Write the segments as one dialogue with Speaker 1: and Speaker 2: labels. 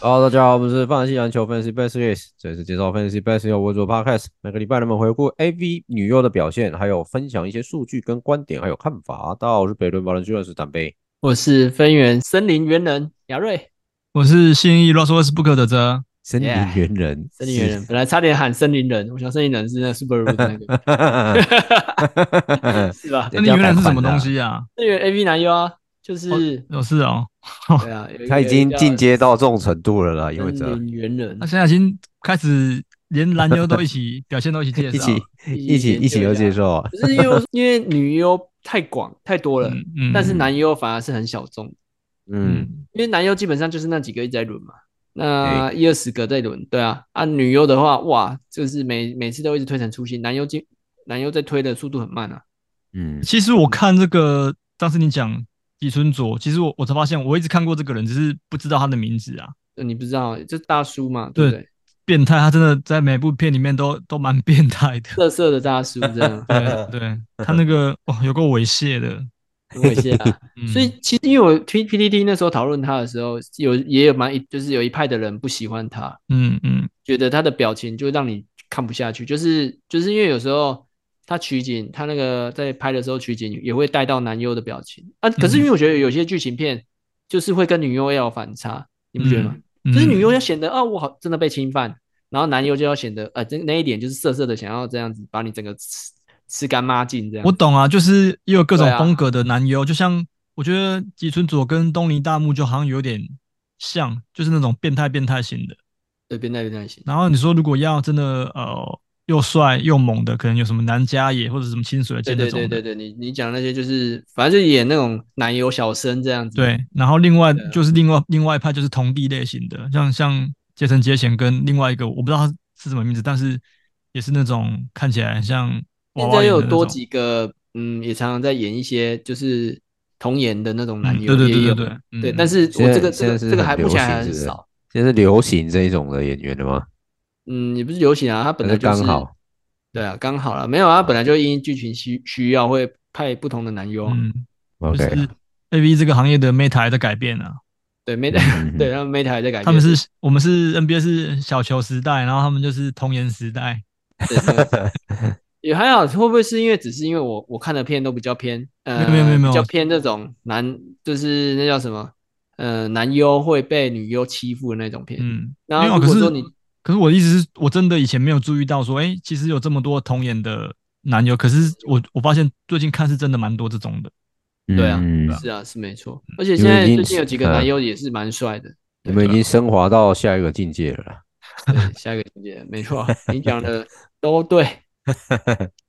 Speaker 1: 好，大家好，我们是放弃篮球分析 Baskets，这里是介绍分析 Baskets 的文组 Podcast。每个礼拜我们回顾 AV 女优的表现，还有分享一些数据跟观点，还有看法。大家好，我是北伦保人俱乐部坦贝。
Speaker 2: 我是分园森林猿人雅瑞，
Speaker 3: 我是信义 Russell Westbrook 的哲，
Speaker 1: 森林
Speaker 2: Yeah
Speaker 1: 猿人，
Speaker 2: 森林猿人本来差点喊森林人，我想森林人是那个 Super Root 那个，
Speaker 1: 是。
Speaker 2: 是吧？
Speaker 3: 那你原来是什么东西啊？
Speaker 2: 森林猿 AV 男优啊，就是
Speaker 3: 有事哦，
Speaker 2: 对啊， 有一 个
Speaker 1: 他已经
Speaker 2: 叫
Speaker 1: 进阶到这种程度了啦，因为这
Speaker 2: 森林猿人
Speaker 1: 啊
Speaker 3: 他现在已经开始 连蓝优都一起表现都一起介绍，
Speaker 1: 一起一起一起又接，受啊，
Speaker 2: 研究下不是因为我因为女优太广太多了，
Speaker 3: 嗯嗯
Speaker 2: 但是男优反而是很小众，
Speaker 1: 嗯，
Speaker 2: 因为男优基本上就是那几个一直在轮嘛，那一二十个在轮，对啊，啊女优的话，哇，就是每每次都一直推陈出新，男优进男优在推的速度很慢啊，
Speaker 1: 嗯，，
Speaker 3: 其实我看这个，当时你讲吉村卓，其实我我才发现我一直看过这个人，只是不知道他的名字啊。
Speaker 2: 呃你不知道，就大叔嘛，对不
Speaker 3: 对
Speaker 2: 对？
Speaker 3: 变态，他真的在每部片里面都都蛮变态的。
Speaker 2: 色色的大叔这样
Speaker 3: 对，对他那个哦，有够猥亵的。
Speaker 2: 很猥亵啊。
Speaker 3: 嗯、
Speaker 2: 所以其实因为我 P P T T 那时候讨论他的时候，有也有蛮一就是有一派的人不喜欢他，
Speaker 3: 嗯嗯
Speaker 2: 觉得他的表情就让你看不下去，就是就是因为有时候他取景，他那个在拍的时候取景也会带到男优的表情啊。
Speaker 3: 嗯
Speaker 2: 可是因为我觉得有些剧情片就是会跟女优要有反差，你不觉得吗？
Speaker 3: 嗯，
Speaker 2: 就是女优要显得啊，我好真的被侵犯，然后男优就要显得呃，这那一点就是色色的，想要这样子把你整个吃吃干抹净这样。
Speaker 3: 我懂啊，就是也有各种
Speaker 2: 对啊
Speaker 3: 风格的男优，就像我觉得吉村佐跟东尼大木就好像有点像，就是那种变态变态型的。
Speaker 2: 对变态变态型，
Speaker 3: 然后你说如果要真的呃又帅又猛的，可能有什么南家野或者什么清水
Speaker 2: 对
Speaker 3: 剑那
Speaker 2: 对
Speaker 3: 种的。
Speaker 2: 对对对，你你讲那些就是反正就演那种男优小生这样子。
Speaker 3: 对，然后另外
Speaker 2: 对啊
Speaker 3: 就是另外另外一派就是同地类型的，像像杰森·杰贤跟另外一个我不知道他是什么名字，但是也是那种看起来像娃
Speaker 2: 现
Speaker 3: 娃
Speaker 2: 在
Speaker 3: 脸
Speaker 2: 又
Speaker 3: 的
Speaker 2: 有
Speaker 3: 那
Speaker 2: 多
Speaker 3: 种
Speaker 2: 几个，嗯，也常常在演一些就是童颜的那种男
Speaker 3: 嗯对
Speaker 2: 优、
Speaker 3: 对
Speaker 2: 也
Speaker 3: 对
Speaker 2: 有
Speaker 3: 对对嗯
Speaker 2: 对，但是
Speaker 1: 现
Speaker 2: 我
Speaker 1: 在
Speaker 2: 这个这
Speaker 1: 现在
Speaker 2: 个
Speaker 1: 是
Speaker 2: 这个
Speaker 1: 很
Speaker 2: 还目
Speaker 1: 流
Speaker 2: 前还
Speaker 1: 行
Speaker 2: 很
Speaker 1: 是不是
Speaker 2: 少，
Speaker 1: 现在是流行这一种的演员的吗？
Speaker 2: 嗯，也不是流行啊，他本
Speaker 1: 但
Speaker 2: 来
Speaker 1: 是
Speaker 2: 就是
Speaker 1: 刚好，
Speaker 2: 对啊，刚好了，没有啊，他本来就因剧情需需要会派不同的男优啊，
Speaker 3: 嗯，就
Speaker 1: ，OK，
Speaker 3: 是 A V 这个行业的 Meta 还在改变啊，
Speaker 2: 对，Meta，
Speaker 1: 嗯
Speaker 2: 对，他们 Meta 也在改变，
Speaker 3: 他们是我们是 NBA 是小球时代，然后他们就是童颜时代，
Speaker 2: 对对 也还好，会不会是因为只是因为我我看的片都比较偏，呃，
Speaker 3: 没有没有没有
Speaker 2: 比较偏那种男，就是那叫什么，呃，男优会被女优欺负的那种片。
Speaker 3: 嗯，
Speaker 2: 然
Speaker 3: 没有
Speaker 2: 后
Speaker 3: 可
Speaker 2: 如果说
Speaker 3: 是
Speaker 2: 你
Speaker 3: 可是我的意思是我真的以前没有注意到说，哎、其实有这么多童颜的男优，可是我我发现最近看是真的蛮多这种的，
Speaker 2: 对啊
Speaker 1: 嗯
Speaker 2: 是啊是没错，而且
Speaker 1: 因
Speaker 2: 现
Speaker 1: 为
Speaker 2: 在
Speaker 1: 已经
Speaker 2: 最近有几个
Speaker 1: 呃
Speaker 2: 男优也是蛮帅的。
Speaker 1: 你们已经升华到下一个境界了啦。
Speaker 2: 对，下一个情节没错，你讲的都对。
Speaker 3: 好
Speaker 2: 啊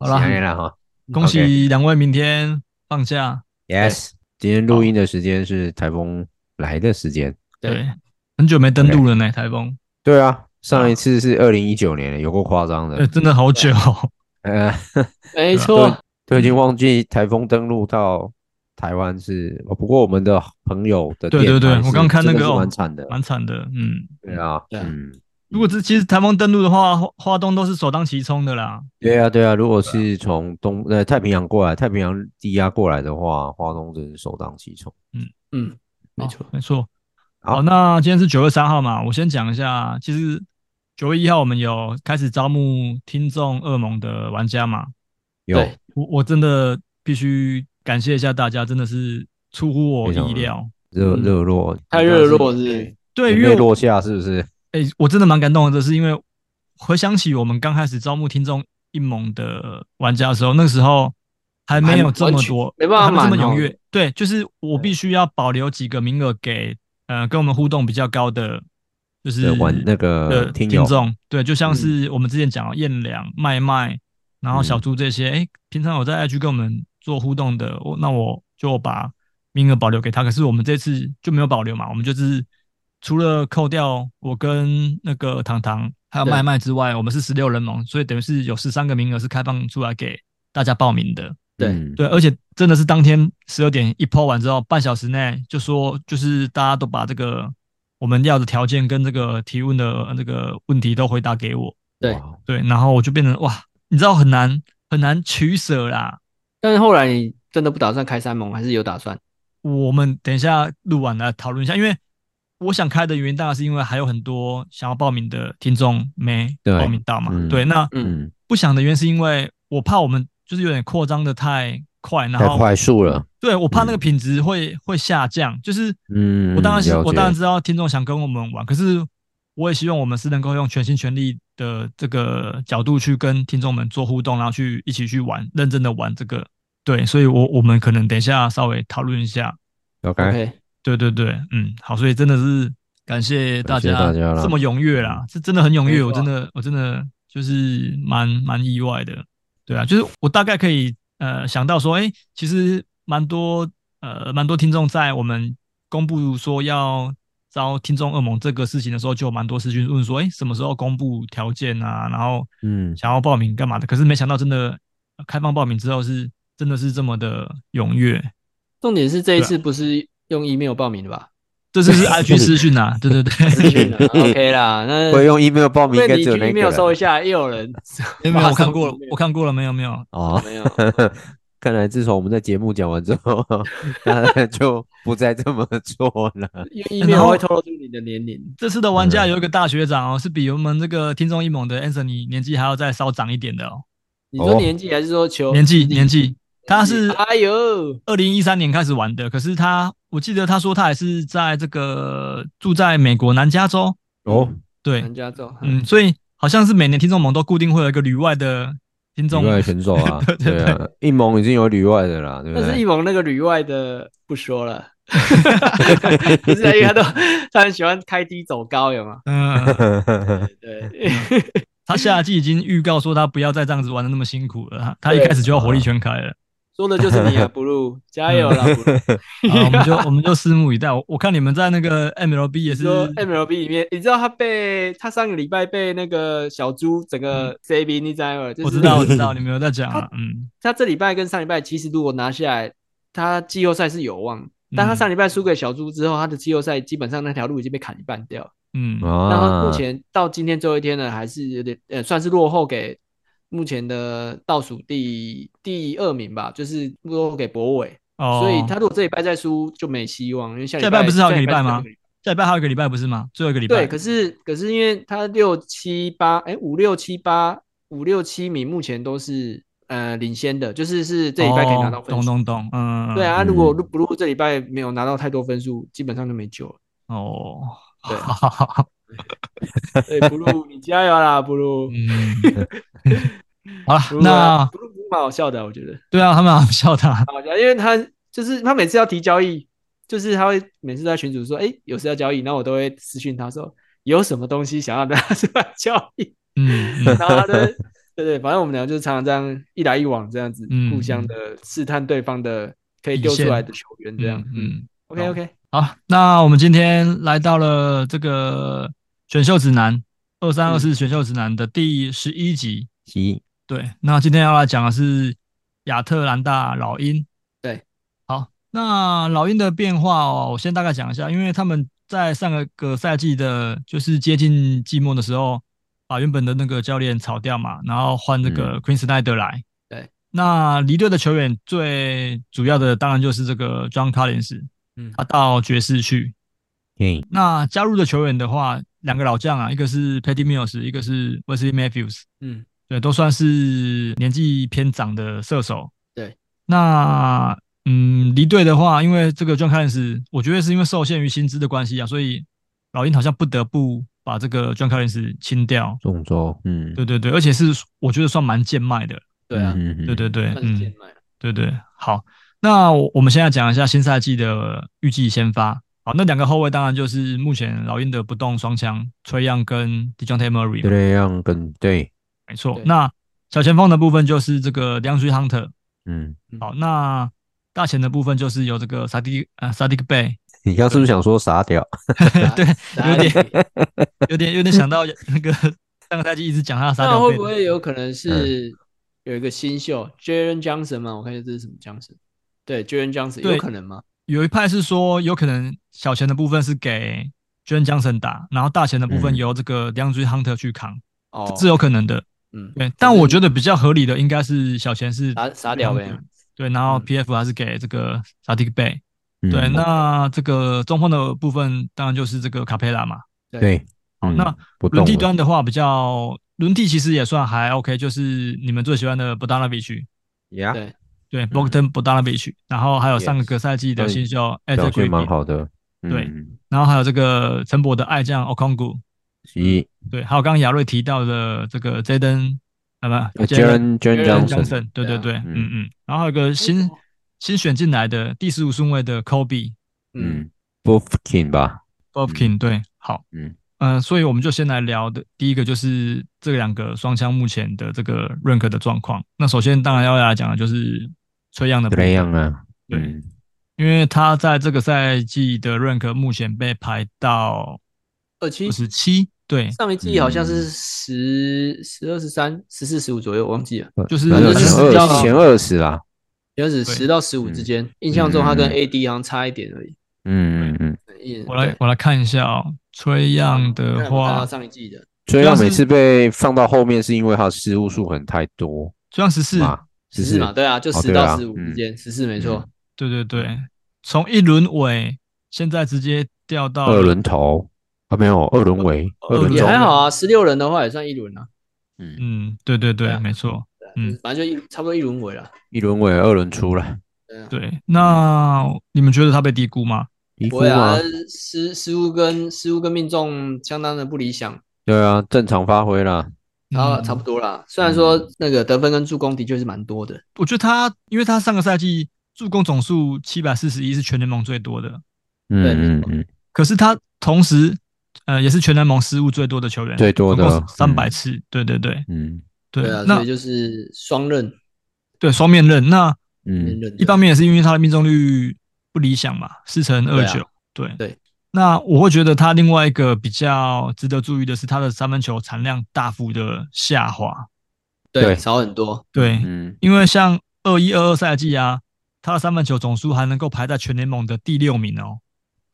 Speaker 3: 啦
Speaker 1: 喜欢了哈
Speaker 3: 恭喜两位明天放假。
Speaker 1: ，Yes，今天录音的时间是台风来的时间。
Speaker 2: 对
Speaker 3: 对，很久没登陆了呢，台风，
Speaker 1: 对啊，上一次是二零一九年了，有够夸张
Speaker 3: 呃，
Speaker 1: 的。
Speaker 3: 真的好久哦，
Speaker 1: 呃，
Speaker 2: 没错，
Speaker 1: 都已经忘记台风登陆到台湾是，哦不过我们的朋友的
Speaker 3: 对对
Speaker 1: 电台
Speaker 3: 对
Speaker 1: 是
Speaker 3: 我刚看那个
Speaker 1: 真的是
Speaker 3: 哦
Speaker 1: 蛮惨的。
Speaker 3: 蛮惨的，嗯。
Speaker 1: 对啊，
Speaker 2: 对啊
Speaker 1: 嗯，
Speaker 3: 如果这其实台风登陆的话，花花东都是首当其冲的啦。
Speaker 1: 对啊，对啊，如果是从东呃太平洋过来，太平洋低压过来的话，花东真是首当其冲。
Speaker 2: 嗯，没错
Speaker 3: 哦，没错。
Speaker 1: 好
Speaker 3: 好，那今天是九月三号嘛，我先讲一下，其实九月一号我们有开始招募听众恶魔的玩家嘛，
Speaker 1: 有
Speaker 2: 对
Speaker 3: 我我真的必须感谢一下大家，真的是出乎我
Speaker 1: 非常
Speaker 3: 意料。
Speaker 1: 热
Speaker 2: 嗯
Speaker 1: 热络，
Speaker 2: 太热络是不是
Speaker 3: 对，
Speaker 1: 眼
Speaker 3: 因
Speaker 1: 泪
Speaker 3: 为
Speaker 1: 落下是不是？
Speaker 3: 哎、我真的蛮感动的，这是因为回想起我们刚开始招募听众一盟的玩家的时候，那时候还没有这么多，
Speaker 2: 没办法
Speaker 3: 还没这么
Speaker 2: 满哦
Speaker 3: 踊跃。对，就是我必须要保留几个名额给呃跟我们互动比较高的，就是
Speaker 1: 对玩那个
Speaker 3: 嗯的
Speaker 1: 听
Speaker 3: 听
Speaker 1: 友
Speaker 3: 众。对，就像是我们之前讲的燕良、麦麦，然后小
Speaker 1: 嗯
Speaker 3: 猪这些，哎、平常有在 IG 跟我们做互动的，我那我就把名额保留给他。可是我们这次就没有保留嘛，我们就是除了扣掉我跟那个糖糖还有
Speaker 2: 对
Speaker 3: 麦麦之外，我们是十六人盟，所以等于是有十三个名额是开放出来给大家报名的。
Speaker 2: 对
Speaker 1: 嗯
Speaker 3: 对，而且真的是当天十二点一抛完之后，半小时内就说，就是大家都把这个我们要的条件跟这个提问的呃那个问题都回答给我。
Speaker 2: 对
Speaker 1: 哇
Speaker 3: 对，然后我就变成哇，你知道很难很难取舍啦。
Speaker 2: 但是后来你真的不打算开三盟，还是有打算？
Speaker 3: 我们等一下录完来讨论一下，因为我想开的原因当然是因为还有很多想要报名的听众没
Speaker 1: 对
Speaker 3: 报名到嘛。
Speaker 1: 嗯
Speaker 3: 对，那
Speaker 2: 嗯，
Speaker 1: 嗯，
Speaker 3: 不想的原因是因为我怕我们就是有点扩张的太快，然
Speaker 1: 太
Speaker 3: 后
Speaker 1: 快速了，
Speaker 3: 对我怕那个
Speaker 1: 嗯
Speaker 3: 品质会、会下降，就是
Speaker 1: 嗯
Speaker 3: 我当然是
Speaker 1: 了
Speaker 3: 我当然
Speaker 1: 解
Speaker 3: 知道听众想跟我们玩，可是我也希望我们是能够用全心全力的这个角度去跟听众们做互动，然后去一起去玩，认真的玩这个。对，所以我我们可能等一下稍微讨论一下。
Speaker 1: ，OK，
Speaker 2: OK，
Speaker 3: 对对对，嗯，好，所以真的是感谢大家
Speaker 1: 感谢大家啦嗯
Speaker 3: 这么踊跃啦，是真的很踊
Speaker 2: 没
Speaker 3: 跃，
Speaker 2: 错
Speaker 3: 我真的我真的就是蛮蛮意外的，对啊，就是我大概可以呃想到说，哎、其实蛮多呃蛮多听众在我们公布说要招听众恶魔这个事情的时候，就有蛮多私讯问说，哎、什么时候公布条件啊？然后
Speaker 1: 嗯，
Speaker 3: 想要报名干嘛的？可是没想到真的呃开放报名之后是真的是这么的踊跃，
Speaker 2: 重点是这一
Speaker 3: 对啊
Speaker 2: 次不是用 email 报名的吧？
Speaker 3: 这次 是 IG 私讯啊，对对对。
Speaker 2: 私讯了 OK 啦，那
Speaker 1: 嗯会用 email 报名，应该
Speaker 2: 被你
Speaker 1: 只有
Speaker 2: 去
Speaker 1: 那一个
Speaker 2: email 搜一
Speaker 1: 人
Speaker 2: 下，又有人
Speaker 3: 没有没有，我
Speaker 2: 发送
Speaker 3: 看过了
Speaker 2: email，
Speaker 3: 我看过了，没有没有，
Speaker 1: 哦。
Speaker 2: 没有。
Speaker 1: 看来自从我们在节目讲完之后， 大家就不再这么做了。
Speaker 2: 因为 email 会透露出你的年龄。
Speaker 3: 这次的玩家有一个大学长哦，是比我们这个听众一盟的 Anthony 年纪还要再稍长一点的哦，
Speaker 2: 你说
Speaker 1: 哦
Speaker 2: 年纪还是说球
Speaker 3: 年纪年纪，他是
Speaker 2: 哎呦，
Speaker 3: 二零一三年开始玩的，可是他我记得他说他还是在这个住在美国南加州，
Speaker 1: 哦，
Speaker 3: 对，
Speaker 2: 南加州，嗯，
Speaker 3: 嗯，所以好像是每年听众盟都固定会有一个旅外的听众
Speaker 1: 旅，外选手啊，
Speaker 3: 对对
Speaker 1: 对啊，一盟已经有旅外的啦，对不
Speaker 2: 但是
Speaker 1: 对
Speaker 2: 一？萌那个旅外的不 说了，不是啊因为他都他很喜欢开低走高，有吗？
Speaker 3: 嗯，
Speaker 2: 对，
Speaker 3: 他下季已经预告说他不要再这样子玩的那么辛苦了，他他一开始就要火力全开了。
Speaker 2: 说的就是你啊，Blue，加油啦！Blue！
Speaker 3: 嗯好，我们就我们就拭目以待。我我看你们在那个 MLB 也
Speaker 2: 你
Speaker 3: 是，
Speaker 2: 说 MLB 里面，你知道他被他上个礼拜被那个小猪整个 CB，你知道吗？就是
Speaker 3: 嗯我知道我知 道，你们有在讲啊，嗯，
Speaker 2: 他这礼拜跟上礼拜，其实如果拿下来，他季后赛是有望。
Speaker 3: 嗯
Speaker 2: 但他上礼拜输给小猪之后，他的季后赛基本上那条路已经被砍一半掉了。
Speaker 3: 嗯
Speaker 2: 然
Speaker 1: 啊
Speaker 2: 后目前到今天最后一天呢，还是有点呃，算是落后给目前的倒数第第二名吧，就是落后给博伟。
Speaker 3: 哦，
Speaker 2: 所以他如果这礼拜再输就没希望，因为下礼
Speaker 3: 下礼拜不是还有一个礼拜吗
Speaker 2: 下礼
Speaker 3: 下礼拜还有一个礼拜不是吗？最后一个礼
Speaker 2: 拜
Speaker 3: 拜，
Speaker 2: 对，可是可是因为他六七八哎五六七八五六七名目前都是呃领先的，就是是这礼拜可以拿到
Speaker 3: 哦
Speaker 2: 分
Speaker 3: 懂
Speaker 2: 数。
Speaker 3: 懂懂，嗯，
Speaker 2: 对
Speaker 3: 嗯，
Speaker 2: 啊，
Speaker 1: 嗯
Speaker 2: 如果不如这礼拜没有拿到太多分数，基本上就没救了。
Speaker 3: 哦，
Speaker 2: 对
Speaker 3: 好好好好，
Speaker 2: 对，不 如你加油啦，不如。
Speaker 3: 嗯， 好
Speaker 2: 不
Speaker 3: 了，
Speaker 2: 如啊
Speaker 3: 那
Speaker 2: 不如不如蛮好笑的啊，我觉得。
Speaker 3: 对啊，他们好笑的啊，
Speaker 2: 好笑，因为他就是他每次要提交易，就是他会每次在群主说，哎、有谁要交易，然后我都会私讯他说有什么东西想要拿出来交易，
Speaker 3: 嗯，嗯
Speaker 2: 然后他都会对对，反正我们俩就是常常这样一来一往这样子，
Speaker 3: 嗯
Speaker 2: 互相的试探对方的可以
Speaker 3: 底
Speaker 2: 丢出
Speaker 3: 线
Speaker 2: 来的球员 这样，
Speaker 3: 嗯
Speaker 2: 嗯
Speaker 3: 嗯，
Speaker 2: ，OK OK，
Speaker 3: 好，那我们今天来到了这个选秀指南二三二四选秀指南的第十一集，
Speaker 1: 一
Speaker 3: 对，那今天要来讲的是亚特兰大老鹰。
Speaker 2: 对，
Speaker 3: 好，那老鹰的变化哦，我先大概讲一下，因为他们在上个个赛季的，就是接近季末的时候，把原本的那个教练炒掉嘛，然后换这个 Queen Snyder 来。
Speaker 2: 嗯对，
Speaker 3: 那离队的球员最主要的当然就是这个 John Collins，
Speaker 2: 嗯
Speaker 3: 他到爵士去，
Speaker 1: 嗯
Speaker 3: 那加入的球员的话，两个老将啊，一个是 Patty Mills，一个是 Wesley Matthews，
Speaker 2: 嗯，
Speaker 3: 对，都算是年纪偏长的射手。
Speaker 2: 对，
Speaker 3: 那嗯，离队的话，因为这个 John Collins，我觉得是因为受限于薪资的关系啊，所以老鹰好像不得不把这个 John Collins 清掉。
Speaker 1: 中州，嗯，
Speaker 3: 对对对，而且是我觉得算蛮贱卖的。
Speaker 2: 对啊，
Speaker 1: 嗯，嗯嗯
Speaker 3: 对对对，
Speaker 2: 算是
Speaker 3: 嗯
Speaker 2: 贱，卖了，
Speaker 3: 对对，好，那我我们现在讲一下新赛季的预计先发。好，那两个后卫当然就是目前老鹰的不动双枪崔样跟 Dejounte Murray
Speaker 1: 这
Speaker 3: 嘛。
Speaker 1: 样跟对，
Speaker 3: 没错
Speaker 2: 对。
Speaker 3: 那小前锋的部分就是这个 d e a n d r e Hunter。
Speaker 1: 嗯，
Speaker 3: 好，那大前的部分就是有这个萨迪啊萨迪克贝，
Speaker 1: 你刚是不是想说傻屌？
Speaker 3: 对，有点
Speaker 2: 点。
Speaker 3: 有点有点想 到那个上个赛季一直讲他的萨迪
Speaker 2: 那
Speaker 3: 克
Speaker 2: 会
Speaker 3: 贝
Speaker 2: 不
Speaker 3: 的。
Speaker 2: 会有可能是有一个新秀 Jalen Johnson 吗？我看一下这是什么 Johnson。对，Jalen Johnson
Speaker 3: 对
Speaker 2: 有可能吗？
Speaker 3: 有一派是说有可能小前的部分是给 j a n Johnson 打，然后大前的部分
Speaker 1: 嗯
Speaker 3: 由这个 d e a n d r e Hunter 去扛，
Speaker 2: 哦
Speaker 3: 这，是有可能的。
Speaker 2: 嗯，
Speaker 3: 对，但我觉得比较合理的应该是小前是
Speaker 2: 傻傻屌呗。
Speaker 3: 对，然后
Speaker 2: 嗯
Speaker 3: PF 还是给这个萨迪克贝。
Speaker 1: 嗯
Speaker 3: 对，那这个中锋的部分当然就是这个卡佩拉嘛。
Speaker 1: 对，嗯
Speaker 3: 那
Speaker 1: 不
Speaker 3: 轮
Speaker 1: 动
Speaker 3: 替
Speaker 1: 了
Speaker 3: 端的话，比较轮替其实也算还 OK，就是你们最喜欢的 b o d a n o v i c
Speaker 1: 呀，
Speaker 2: 对，
Speaker 3: 对 b o g d a n b o d a n o v i c 然后还有
Speaker 1: Yes
Speaker 3: 上个赛季的新秀 e d g
Speaker 1: 表
Speaker 3: r i
Speaker 1: 现
Speaker 3: p
Speaker 1: 蛮
Speaker 3: p
Speaker 1: 好的，
Speaker 3: 对
Speaker 1: 嗯，
Speaker 3: 然后还有这个陈博的爱将 Okongu，
Speaker 1: 一
Speaker 3: 对，还有刚刚亚瑞提到的这个 Jaden，啊不
Speaker 1: 呃 Jaren Jaren Johnson，
Speaker 2: Jaren
Speaker 3: Johnson，对对对，
Speaker 1: 嗯
Speaker 3: 嗯嗯，然后还有个新新选进来的第十五顺位的 Kobe
Speaker 2: 嗯，
Speaker 1: 嗯 b o f k i n 吧，
Speaker 3: Bobkin，对，好，
Speaker 1: 嗯
Speaker 3: 嗯，所以我们就先来聊的第一个就是这两个双枪目前的这个 rank 的状况。那首先当然要来讲的就是崔样的部分，
Speaker 1: 这样啊，
Speaker 3: 对
Speaker 1: 嗯
Speaker 3: 因为他在这个赛季的 rank 目前被排到
Speaker 2: 二七
Speaker 3: 二十七，对，
Speaker 2: 上一季好像是十十二、十三、十四、十五左右，我忘记了，
Speaker 3: 就是
Speaker 1: 反正
Speaker 2: 就是
Speaker 1: 前
Speaker 2: 比较
Speaker 1: 二前二十啦，
Speaker 2: 原始
Speaker 3: 对
Speaker 2: 十到十五之间。印象中他跟
Speaker 1: 嗯
Speaker 2: AD 好像差一点而已。
Speaker 1: 嗯嗯嗯，
Speaker 2: 嗯
Speaker 3: 我来我来看一下哦，崔样的话，
Speaker 2: 上一季的
Speaker 1: 所以
Speaker 3: 主要
Speaker 1: 他
Speaker 3: 是
Speaker 1: 每次被放到后面是因为他的失误数可能太多
Speaker 3: 崔样十四，
Speaker 1: 嘛，
Speaker 2: 十
Speaker 1: 只
Speaker 2: 四
Speaker 1: 是
Speaker 2: 嘛，对啊，就
Speaker 1: 哦
Speaker 2: 十
Speaker 1: 对啊
Speaker 2: 到十五之
Speaker 1: 嗯
Speaker 2: 间，十四没错
Speaker 1: 嗯。
Speaker 3: 对对对，从一轮尾现在直接掉到
Speaker 1: 二轮头啊，没有二轮尾，
Speaker 3: 二
Speaker 1: 嗯二
Speaker 3: 轮
Speaker 1: 轮
Speaker 3: 中
Speaker 2: 也
Speaker 1: 中，
Speaker 2: 还好啊，十六人的话也算一轮啊，
Speaker 1: 嗯，
Speaker 3: 嗯，对对
Speaker 2: 对
Speaker 3: 对，
Speaker 2: 啊
Speaker 3: 没错。嗯
Speaker 2: 反正就一差不多一轮尾了。
Speaker 1: 一轮尾二轮出了，
Speaker 2: 对啊，
Speaker 3: 对，那你们觉得他被低估吗？
Speaker 1: 尼
Speaker 2: 不
Speaker 1: 夫
Speaker 2: 会啊
Speaker 1: 吗？，
Speaker 2: 失失误跟失误跟命中相当的不理想，
Speaker 1: 对啊，正常发挥啦，
Speaker 2: 然后
Speaker 3: 嗯
Speaker 2: 差不多啦。虽然说那个得分跟助攻的确是蛮多的，
Speaker 3: 我觉得他，因为他上个赛季助攻总数七百四十一是全联盟最多的，
Speaker 2: 对
Speaker 1: 嗯嗯嗯，
Speaker 3: 可是他同时呃也是全联盟失误最多的球员，
Speaker 1: 最多的
Speaker 3: 三百次，对对对
Speaker 1: 嗯
Speaker 3: 对。
Speaker 2: 啊，所
Speaker 3: 那
Speaker 2: 以就是双刃，
Speaker 3: 对双面刃，那
Speaker 2: 双
Speaker 1: 嗯，
Speaker 2: 刃
Speaker 3: 一方面也是因为他的命中率不理想嘛，四成二
Speaker 2: 对
Speaker 3: 九
Speaker 2: 啊，
Speaker 3: 对
Speaker 2: 对。
Speaker 3: 那我会觉得他另外一个比较值得注意的是，他的三分球产量大幅的下滑，
Speaker 2: 对
Speaker 1: 对
Speaker 2: 少很多，
Speaker 3: 对，
Speaker 1: 嗯
Speaker 3: 因为像二一二二赛季啊，他的三分球总数还能够排在全联盟的第六名哦。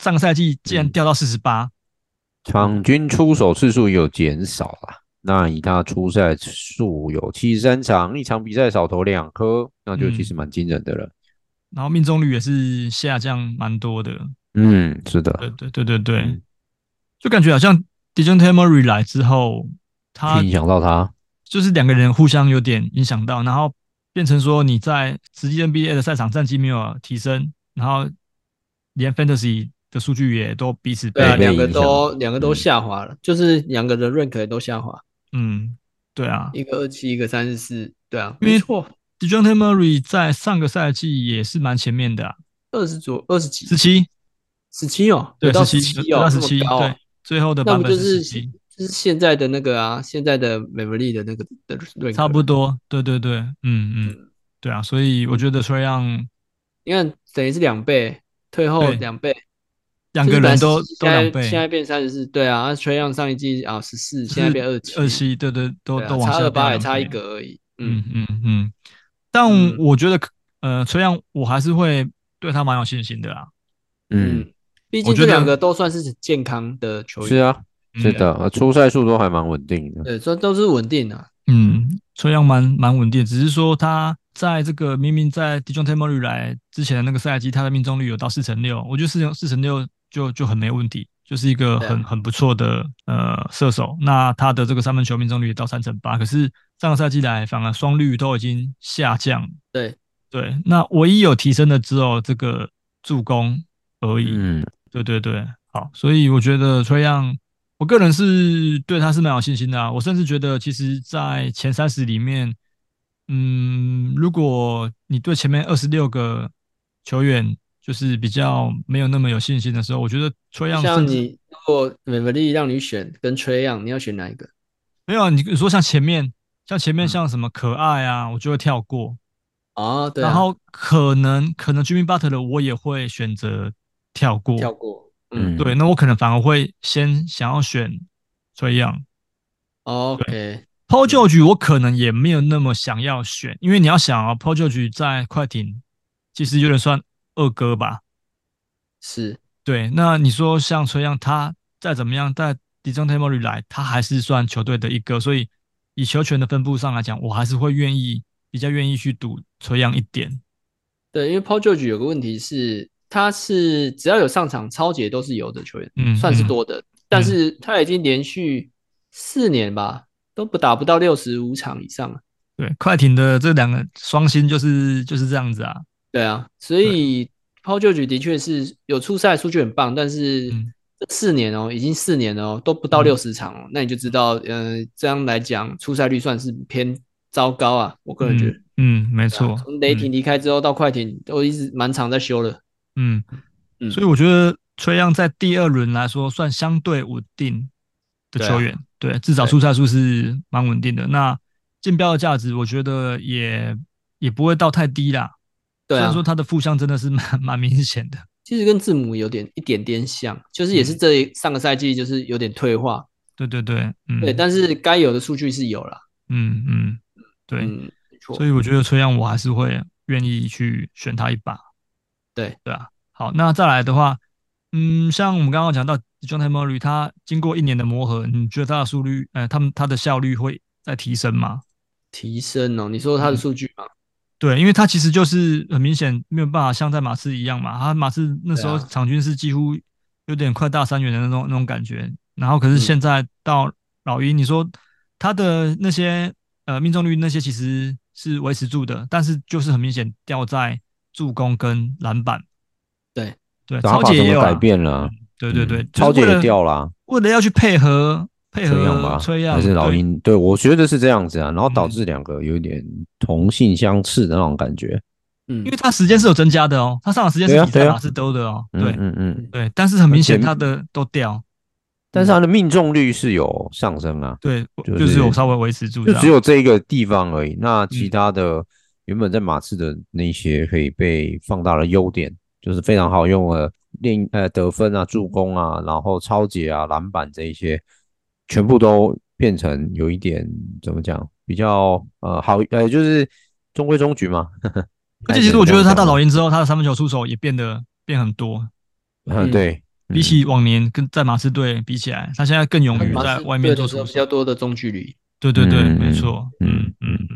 Speaker 3: 上个赛季竟
Speaker 2: 嗯
Speaker 3: 然掉到四十八，
Speaker 1: 场均出手次数也有减少啦。那以他出赛数有七十三场，一场比赛少投两颗，那就其实蛮惊人的了。
Speaker 3: 然后命中率也是下降蛮多的。
Speaker 1: 嗯，是的，
Speaker 3: 对对对对对
Speaker 1: 嗯，
Speaker 3: 就感觉好像 Dejounte Murray 来之后，他
Speaker 1: 去影响到他。
Speaker 3: 就是两个人互相有点影响到，然后变成说你在实际 NBA 的赛场战绩没有提升，然后连 Fantasy 的数据也都彼此
Speaker 2: 对啊，
Speaker 3: 被
Speaker 1: 被
Speaker 2: 两个
Speaker 1: 影响
Speaker 2: 都两个都
Speaker 1: 嗯
Speaker 2: 下滑了，就是两个的 rank 也都下滑，
Speaker 3: 嗯，对啊，
Speaker 2: 一个二七，一个三十四，对啊，
Speaker 3: 因为
Speaker 2: 没错，
Speaker 3: Dejounte Murray 在上个赛季也是蛮前面的、啊，
Speaker 2: 二十左二十几，
Speaker 3: 十七，
Speaker 2: 十七哦，
Speaker 3: 对，
Speaker 2: 有到
Speaker 3: 十
Speaker 2: 17
Speaker 3: 七，
Speaker 2: 哦，
Speaker 3: 到
Speaker 2: 这
Speaker 3: 十
Speaker 2: 么
Speaker 3: 七，
Speaker 2: 高哦
Speaker 3: 对，最后的
Speaker 2: 那
Speaker 3: 版
Speaker 2: 不
Speaker 3: 本
Speaker 2: 就是
Speaker 3: 十
Speaker 2: 是
Speaker 3: 七，
Speaker 2: 就是现在的那个啊，现在的美文利的那个的 rank
Speaker 3: 差不。多，对对对，嗯嗯，对啊，所以我觉得 t r
Speaker 2: 你看，等于是两倍，退后
Speaker 3: 对
Speaker 2: 两倍，
Speaker 3: 两个人都
Speaker 2: 就是
Speaker 3: 都
Speaker 2: 本来
Speaker 3: 两
Speaker 2: 现在现在
Speaker 3: 倍，
Speaker 2: 变三十四，对啊，那崔样上一季啊十四，现在变二七，
Speaker 3: 二七，对对，都
Speaker 2: 对啊
Speaker 3: 都往
Speaker 2: 差
Speaker 3: 下
Speaker 2: 二八
Speaker 3: 掉
Speaker 2: 也
Speaker 3: 两
Speaker 2: 差一
Speaker 3: 倍，
Speaker 2: 格而已，
Speaker 3: 嗯
Speaker 2: 嗯，
Speaker 3: 嗯嗯，但
Speaker 2: 嗯
Speaker 3: 我觉得呃 t r 我还是会对他蛮有信心的啦，
Speaker 1: 嗯，
Speaker 2: 毕
Speaker 3: 我
Speaker 2: 竟
Speaker 3: 觉
Speaker 2: 这
Speaker 3: 得
Speaker 2: 两个都算是健康的球员，
Speaker 1: 是啊，
Speaker 3: 嗯
Speaker 1: 是的，呃出赛数都还蛮稳定的。
Speaker 2: 对，这都是稳定的、啊，
Speaker 3: 嗯，崔样蛮蛮稳定，只是说他在这个明明在 Dejounte Murray 来之前的那个赛季，他的命中率有到四成六，我觉得四成四成六就就很没问题，就是一个
Speaker 2: 对啊
Speaker 3: 很很不错的呃射手。那他的这个三分球命中率也到三成八，可是上个赛季来反而双率都已经下降，
Speaker 2: 对
Speaker 3: 对，那唯一有提升的只有这个助攻而已。
Speaker 1: 嗯，
Speaker 3: 对对对，好，所以我觉得崔样，我个人是对他是蛮有信心的啊。我甚至觉得，其实，在前三十里面，嗯，如果你对前面二十六个球员就是比较没有那么有信心的时候，我觉得崔样
Speaker 2: 像
Speaker 3: 甚至
Speaker 2: 你如果美弗利让你选跟崔样，你要选哪一个？
Speaker 3: 没有啊你你说像前面像前
Speaker 2: 嗯
Speaker 3: 面像什么可爱啊，我就会跳过，
Speaker 2: 哦，对啊、
Speaker 3: 然后可能可能 Jimmy Butler 我也会选择跳过，
Speaker 2: 跳过，
Speaker 1: 嗯
Speaker 2: 嗯
Speaker 3: 对，那我可能反而会先想要选崔样。
Speaker 2: ，OK，
Speaker 3: Paul George 我可能也没有那么想要选，因为你要想啊，Paul George 在快艇其实有点算二哥吧。
Speaker 2: 是
Speaker 3: 对，那你说像崔样，他再怎么样，在 d e j o n t e m o r y 来，他还是算球队的一哥，所以以球权的分布上来讲，我还是会愿意比较愿意去赌崔样一点。
Speaker 2: 对，因为 Paul George 有个问题是，他是只要有上场，超级都是有的球员，
Speaker 3: 嗯
Speaker 2: 算是
Speaker 3: 嗯
Speaker 2: 多的，但是他已经连续四年吧，都不打不到六十五场以上了。
Speaker 3: 对，快艇的这两个双星就是就是这样子啊。
Speaker 2: 对啊，所以 Paul George 的确是有出赛数据很棒，但是
Speaker 3: 嗯
Speaker 2: 这四年哦，已经四年了哦，都不到
Speaker 3: 嗯
Speaker 2: 六十场哦，那你就知道，嗯、这样来讲，出赛率算是偏糟糕啊，我个人觉得。
Speaker 3: 嗯嗯，没错。
Speaker 2: 啊从雷霆离开之后到快艇，都一直满场在修了。
Speaker 3: 嗯，
Speaker 2: 嗯
Speaker 3: 所以我觉得崔样在第二轮来说算相对稳定的球员，对,、至少
Speaker 2: 啊对
Speaker 3: 出赛数是蛮稳定的。那竞标的价值，我觉得也也不会到太低啦。
Speaker 2: 对
Speaker 3: 虽
Speaker 2: 啊
Speaker 3: 然，说他的负向真的是蛮 蛮明显的。
Speaker 2: 其实跟字母有点一点点像，就是也是
Speaker 3: 嗯
Speaker 2: 这上个赛季就是有点退化，
Speaker 3: 对对对，嗯，
Speaker 2: 对，但是该有的数据是有了，
Speaker 3: 嗯嗯，对，
Speaker 2: 嗯，没错
Speaker 3: 所，以我觉得崔样我还是会愿意去选他一把。
Speaker 2: 对
Speaker 3: 对啊，好，那再来的话，嗯，像我们刚刚讲到 John t e m o r y 他经过一年的磨合，你觉得他的速率，呃，他们他的效率会再提升吗？
Speaker 2: 提升哦，你说
Speaker 3: 嗯
Speaker 2: 他的数据嘛，
Speaker 3: 对，因为他其实就是很明显没有办法像在马刺一样嘛，他马刺那时候
Speaker 2: 对啊
Speaker 3: 场均是几乎有点快大三元的那种那种感觉，然后可是
Speaker 2: 嗯
Speaker 3: 现在到老鹰，你说他的那些呃命中率那些其实是维持住的，但是就是很明显掉在助攻跟篮板。
Speaker 2: 对
Speaker 3: 对，
Speaker 1: 打
Speaker 3: 超
Speaker 1: 法
Speaker 3: 姐
Speaker 1: 整
Speaker 3: 也
Speaker 1: 个
Speaker 3: 有
Speaker 1: 改
Speaker 3: 啊，
Speaker 1: 变了，
Speaker 3: 对对对，
Speaker 1: 嗯
Speaker 3: 就是
Speaker 1: 超姐
Speaker 3: 为
Speaker 1: 也
Speaker 3: 了
Speaker 1: 掉了，
Speaker 3: 为了要去配合配
Speaker 1: 崔样
Speaker 3: 合
Speaker 1: 吧，
Speaker 3: 崔样
Speaker 1: 还是老
Speaker 3: 对
Speaker 1: 鹰？对，我觉得是这样子啊，然后导
Speaker 3: 嗯
Speaker 1: 致两个有一点同性相斥的那种感觉。
Speaker 2: 嗯
Speaker 3: 因为，他时间是有增加的哦，他上场时间
Speaker 1: 对
Speaker 3: 是
Speaker 1: 啊
Speaker 3: 比在
Speaker 1: 对啊
Speaker 3: 马刺都的哦，
Speaker 1: 嗯
Speaker 3: 对。
Speaker 1: 嗯嗯，
Speaker 3: 对，但是很明显
Speaker 1: 而且
Speaker 3: 他的都掉，
Speaker 1: 但是它的命中率是有上升啊，
Speaker 3: 对，
Speaker 1: 就
Speaker 3: 就是
Speaker 1: 是
Speaker 3: 有稍微维持住这
Speaker 1: 就
Speaker 3: 样，
Speaker 1: 只有这一个地方而已。那
Speaker 3: 嗯
Speaker 1: 其他的原本在马刺的那些可以被放大的优点，就是非常好用的练呃得分啊、助攻啊，然后超解啊、篮板这一些，全部都变成有一点怎么讲，比较呃好呃就是中规中矩嘛。
Speaker 3: 而 且其实我觉得他到老
Speaker 1: 鹰，
Speaker 3: 鹰之后，他的三分球出手也变得变很多，
Speaker 1: 嗯对，
Speaker 3: 比起往年跟在马刺队比起来，他现在更勇于
Speaker 2: 马刺
Speaker 3: 在外
Speaker 2: 对
Speaker 3: 面
Speaker 2: 的
Speaker 3: 做
Speaker 2: 时候
Speaker 3: 出
Speaker 2: 比较
Speaker 3: 手。
Speaker 2: 多的中距离，
Speaker 3: 对对对，
Speaker 1: 嗯
Speaker 3: 没错，
Speaker 1: 嗯
Speaker 3: 嗯嗯嗯，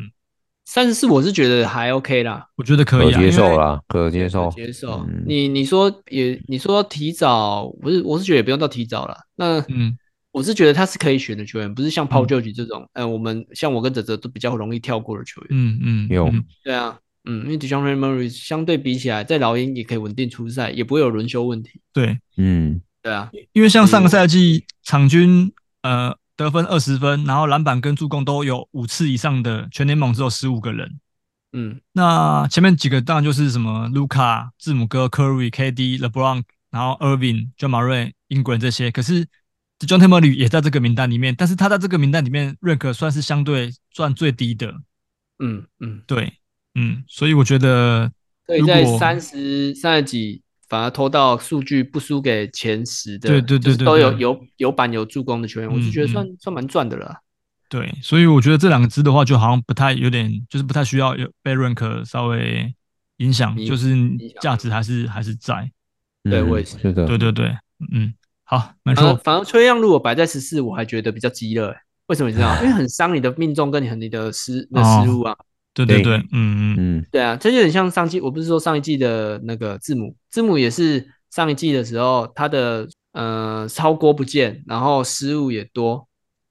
Speaker 2: 三十四我是觉得还 OK 啦，
Speaker 3: 我觉得可
Speaker 1: 嗯可
Speaker 3: 以啊，
Speaker 1: 接受
Speaker 3: 了。
Speaker 1: 啦，可接受，
Speaker 2: 接受
Speaker 1: 嗯。
Speaker 2: 你你说也你说提早，不是我是觉得也不用到提早了，那
Speaker 3: 嗯
Speaker 2: 我是觉得他是可以选的球员，不是像 Paul
Speaker 3: 嗯
Speaker 2: George 这种，呃，我们像我跟哲哲都比较容易跳过的球员。
Speaker 3: 嗯嗯，
Speaker 1: 有
Speaker 3: 嗯
Speaker 2: 对啊，嗯，因为 DeJounte Murray 相对比起来，在老鹰也可以稳定出赛，也不会有轮休问题。
Speaker 3: 对，
Speaker 1: 嗯
Speaker 2: 对啊，
Speaker 3: 因为像上个赛季场均呃得分二十分，然后篮板跟助攻都有五次以上的，全联盟只有十五个人。
Speaker 2: 嗯，
Speaker 3: 那前面几个当然就是什么卢卡、字母哥、Curry、KD、LeBron，然后 Irving、j o h n m u r r a 英国人这些。可是 John t e m e r y 也在这个名单里面，但是他在这个名单里面 rank 算是相对算最低的。
Speaker 2: 嗯嗯，
Speaker 3: 对，嗯，所以我觉得
Speaker 2: 所以在
Speaker 3: 如果
Speaker 2: 三十三十几反而偷到数据不输给前十的，
Speaker 3: 对对对
Speaker 2: 就是
Speaker 3: 对
Speaker 2: 都有
Speaker 3: 对
Speaker 2: 有有板有助攻的球员，我
Speaker 3: 嗯
Speaker 2: 是觉得算、
Speaker 3: 嗯
Speaker 2: 算蛮赚的了啊。
Speaker 3: 对，所以我觉得这两个支的话，就好像不太有点，就是不太需要有被 rank 稍微影响，
Speaker 2: 影
Speaker 3: 就是
Speaker 2: 响
Speaker 3: 价值还是还是在。
Speaker 2: 对啊
Speaker 1: 嗯
Speaker 2: 我也是
Speaker 1: 是的，
Speaker 3: 对对对，嗯，好，没
Speaker 2: 反而
Speaker 3: 错，
Speaker 2: 反而崔样如果摆在十四，我还觉得比较鸡肋、欸。为什么你知道吗？ 因为很伤你的命中跟你和你的失那
Speaker 3: 哦
Speaker 2: 失误啊。
Speaker 3: 对对对
Speaker 1: 对，
Speaker 3: 嗯嗯，
Speaker 1: 嗯
Speaker 2: 对啊，这就很像上季，我不是说上一季的那个字母，字母也是上一季的时候，他的呃超锅不见，然后失误也多，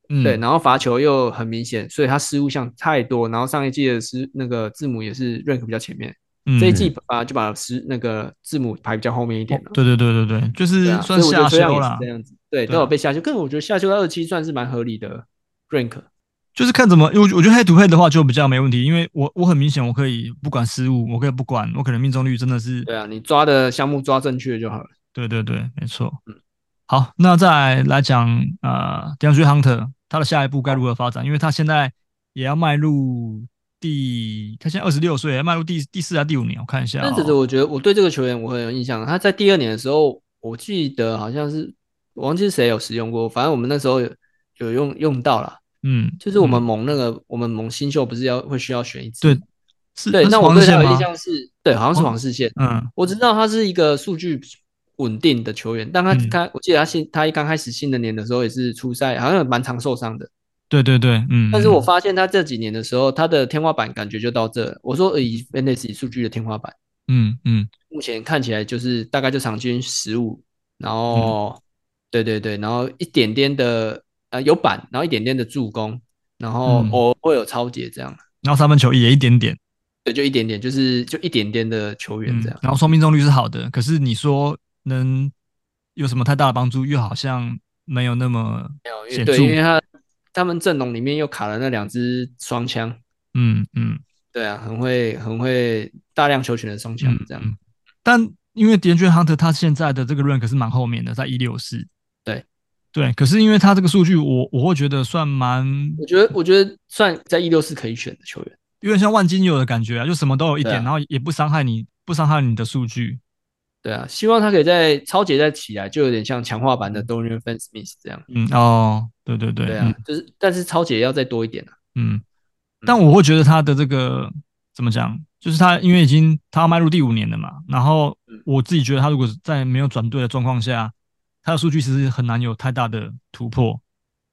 Speaker 3: 嗯
Speaker 2: 对，然后罚球又很明显，所以他失误项太多，然后上一季的失那个字母也是 rank 比较前面，
Speaker 3: 嗯
Speaker 2: 这一季把就把失那个字母排比较后面一点了。
Speaker 3: 对对对对对，就哦
Speaker 2: 对
Speaker 3: 是
Speaker 2: 啊，所
Speaker 3: 算
Speaker 2: 以我
Speaker 3: 下
Speaker 2: 觉得这样
Speaker 3: 修
Speaker 2: 也是
Speaker 3: 啦
Speaker 2: 这。样子，对，
Speaker 3: 对啊
Speaker 2: 都有被下修，但我觉得下修到二期算是蛮合理的 rank，
Speaker 3: 就是看怎么，因为我我觉得 head to head 的话就比较没问题，因为我我很明显我可以不管失误，我可以不管，我可能命中率真的是
Speaker 2: 对啊，你抓的项目抓正确就好了。
Speaker 3: 对对对，没错。
Speaker 2: 嗯
Speaker 3: 好，那再来讲呃 d e a n d r e Hunter 他的下一步该如何发展？因为他现在也要迈入第，他现在二十六岁，迈入第第四还是第五年？我看一下、哦。
Speaker 2: 但其实我觉得我对这个球员我很有印象，他在第二年的时候，我记得好像是我忘记是谁有使用过，反正我们那时候有有用用到了。
Speaker 3: 嗯，
Speaker 2: 就是我
Speaker 3: 嗯
Speaker 2: 们盟那个，我们盟新秀不是要会需要选一支？
Speaker 3: 对是
Speaker 2: 对，
Speaker 3: 他是
Speaker 2: 那我
Speaker 3: 黄
Speaker 2: 对
Speaker 3: 世
Speaker 2: 他
Speaker 3: 宪
Speaker 2: 的印
Speaker 3: 吗？
Speaker 2: 象是，对，好像是
Speaker 3: 黄
Speaker 2: 黄世宪。
Speaker 3: 嗯
Speaker 2: 我知道他是一个数据稳定的球员，但他
Speaker 3: 嗯
Speaker 2: 他、我记得他新他一刚开始新的年的时候也是出赛，好像也蛮常受伤的。
Speaker 3: 对对对，嗯。
Speaker 2: 但是
Speaker 3: 嗯
Speaker 2: 我发现他这几年的时候，他的天花板感觉就到这了。我说以 n s 数据的天花板，
Speaker 3: 嗯嗯
Speaker 2: 目前看起来就是大概就场均十五，
Speaker 3: 嗯
Speaker 2: 然后、对对对，然后一点点的呃有板，然后一点点的助攻，然后
Speaker 3: 嗯
Speaker 2: 偶尔会有超解这样。
Speaker 3: 然后三分球也一点点，
Speaker 2: 对，就一点点，就是就一点点的球员
Speaker 3: 嗯
Speaker 2: 这样，。
Speaker 3: 然后双命中率是好的，可是你说能有什么太大的帮助，又好像没有那么
Speaker 2: 没有，因
Speaker 3: 显
Speaker 2: 为
Speaker 3: 著
Speaker 2: 对，因为他他们阵容里面又卡了那两支双枪，
Speaker 3: 嗯嗯
Speaker 2: 对啊，很会很会大量球权的双枪
Speaker 3: 嗯
Speaker 2: 这样。
Speaker 3: 嗯但因为 d a n g e Hunter 他现在的这个 rank 是蛮后面的，在一六四，
Speaker 2: 对
Speaker 3: 对，可是因为他这个数据我，我会觉得算蛮
Speaker 2: 我觉得我觉得算在一六四可以选的球员，
Speaker 3: 有点像万金油的感觉啊，就什么都有一点，
Speaker 2: 对啊
Speaker 3: 然后也不伤害你，不伤害你的数据，
Speaker 2: 对啊，希望他可以在超级再起来，就有点像强化版的 Dorian f a n Smith 这样。
Speaker 3: 嗯哦，对对对，
Speaker 2: 对
Speaker 3: 嗯
Speaker 2: 啊，就是但是超姐要再多一点啊。
Speaker 3: 嗯，但我会觉得他的这个怎么讲，就是他因为已经他要迈入第五年了嘛，然后
Speaker 2: 嗯
Speaker 3: 我自己觉得他如果在没有转队的状况下，他的数据其实很难有太大的突破，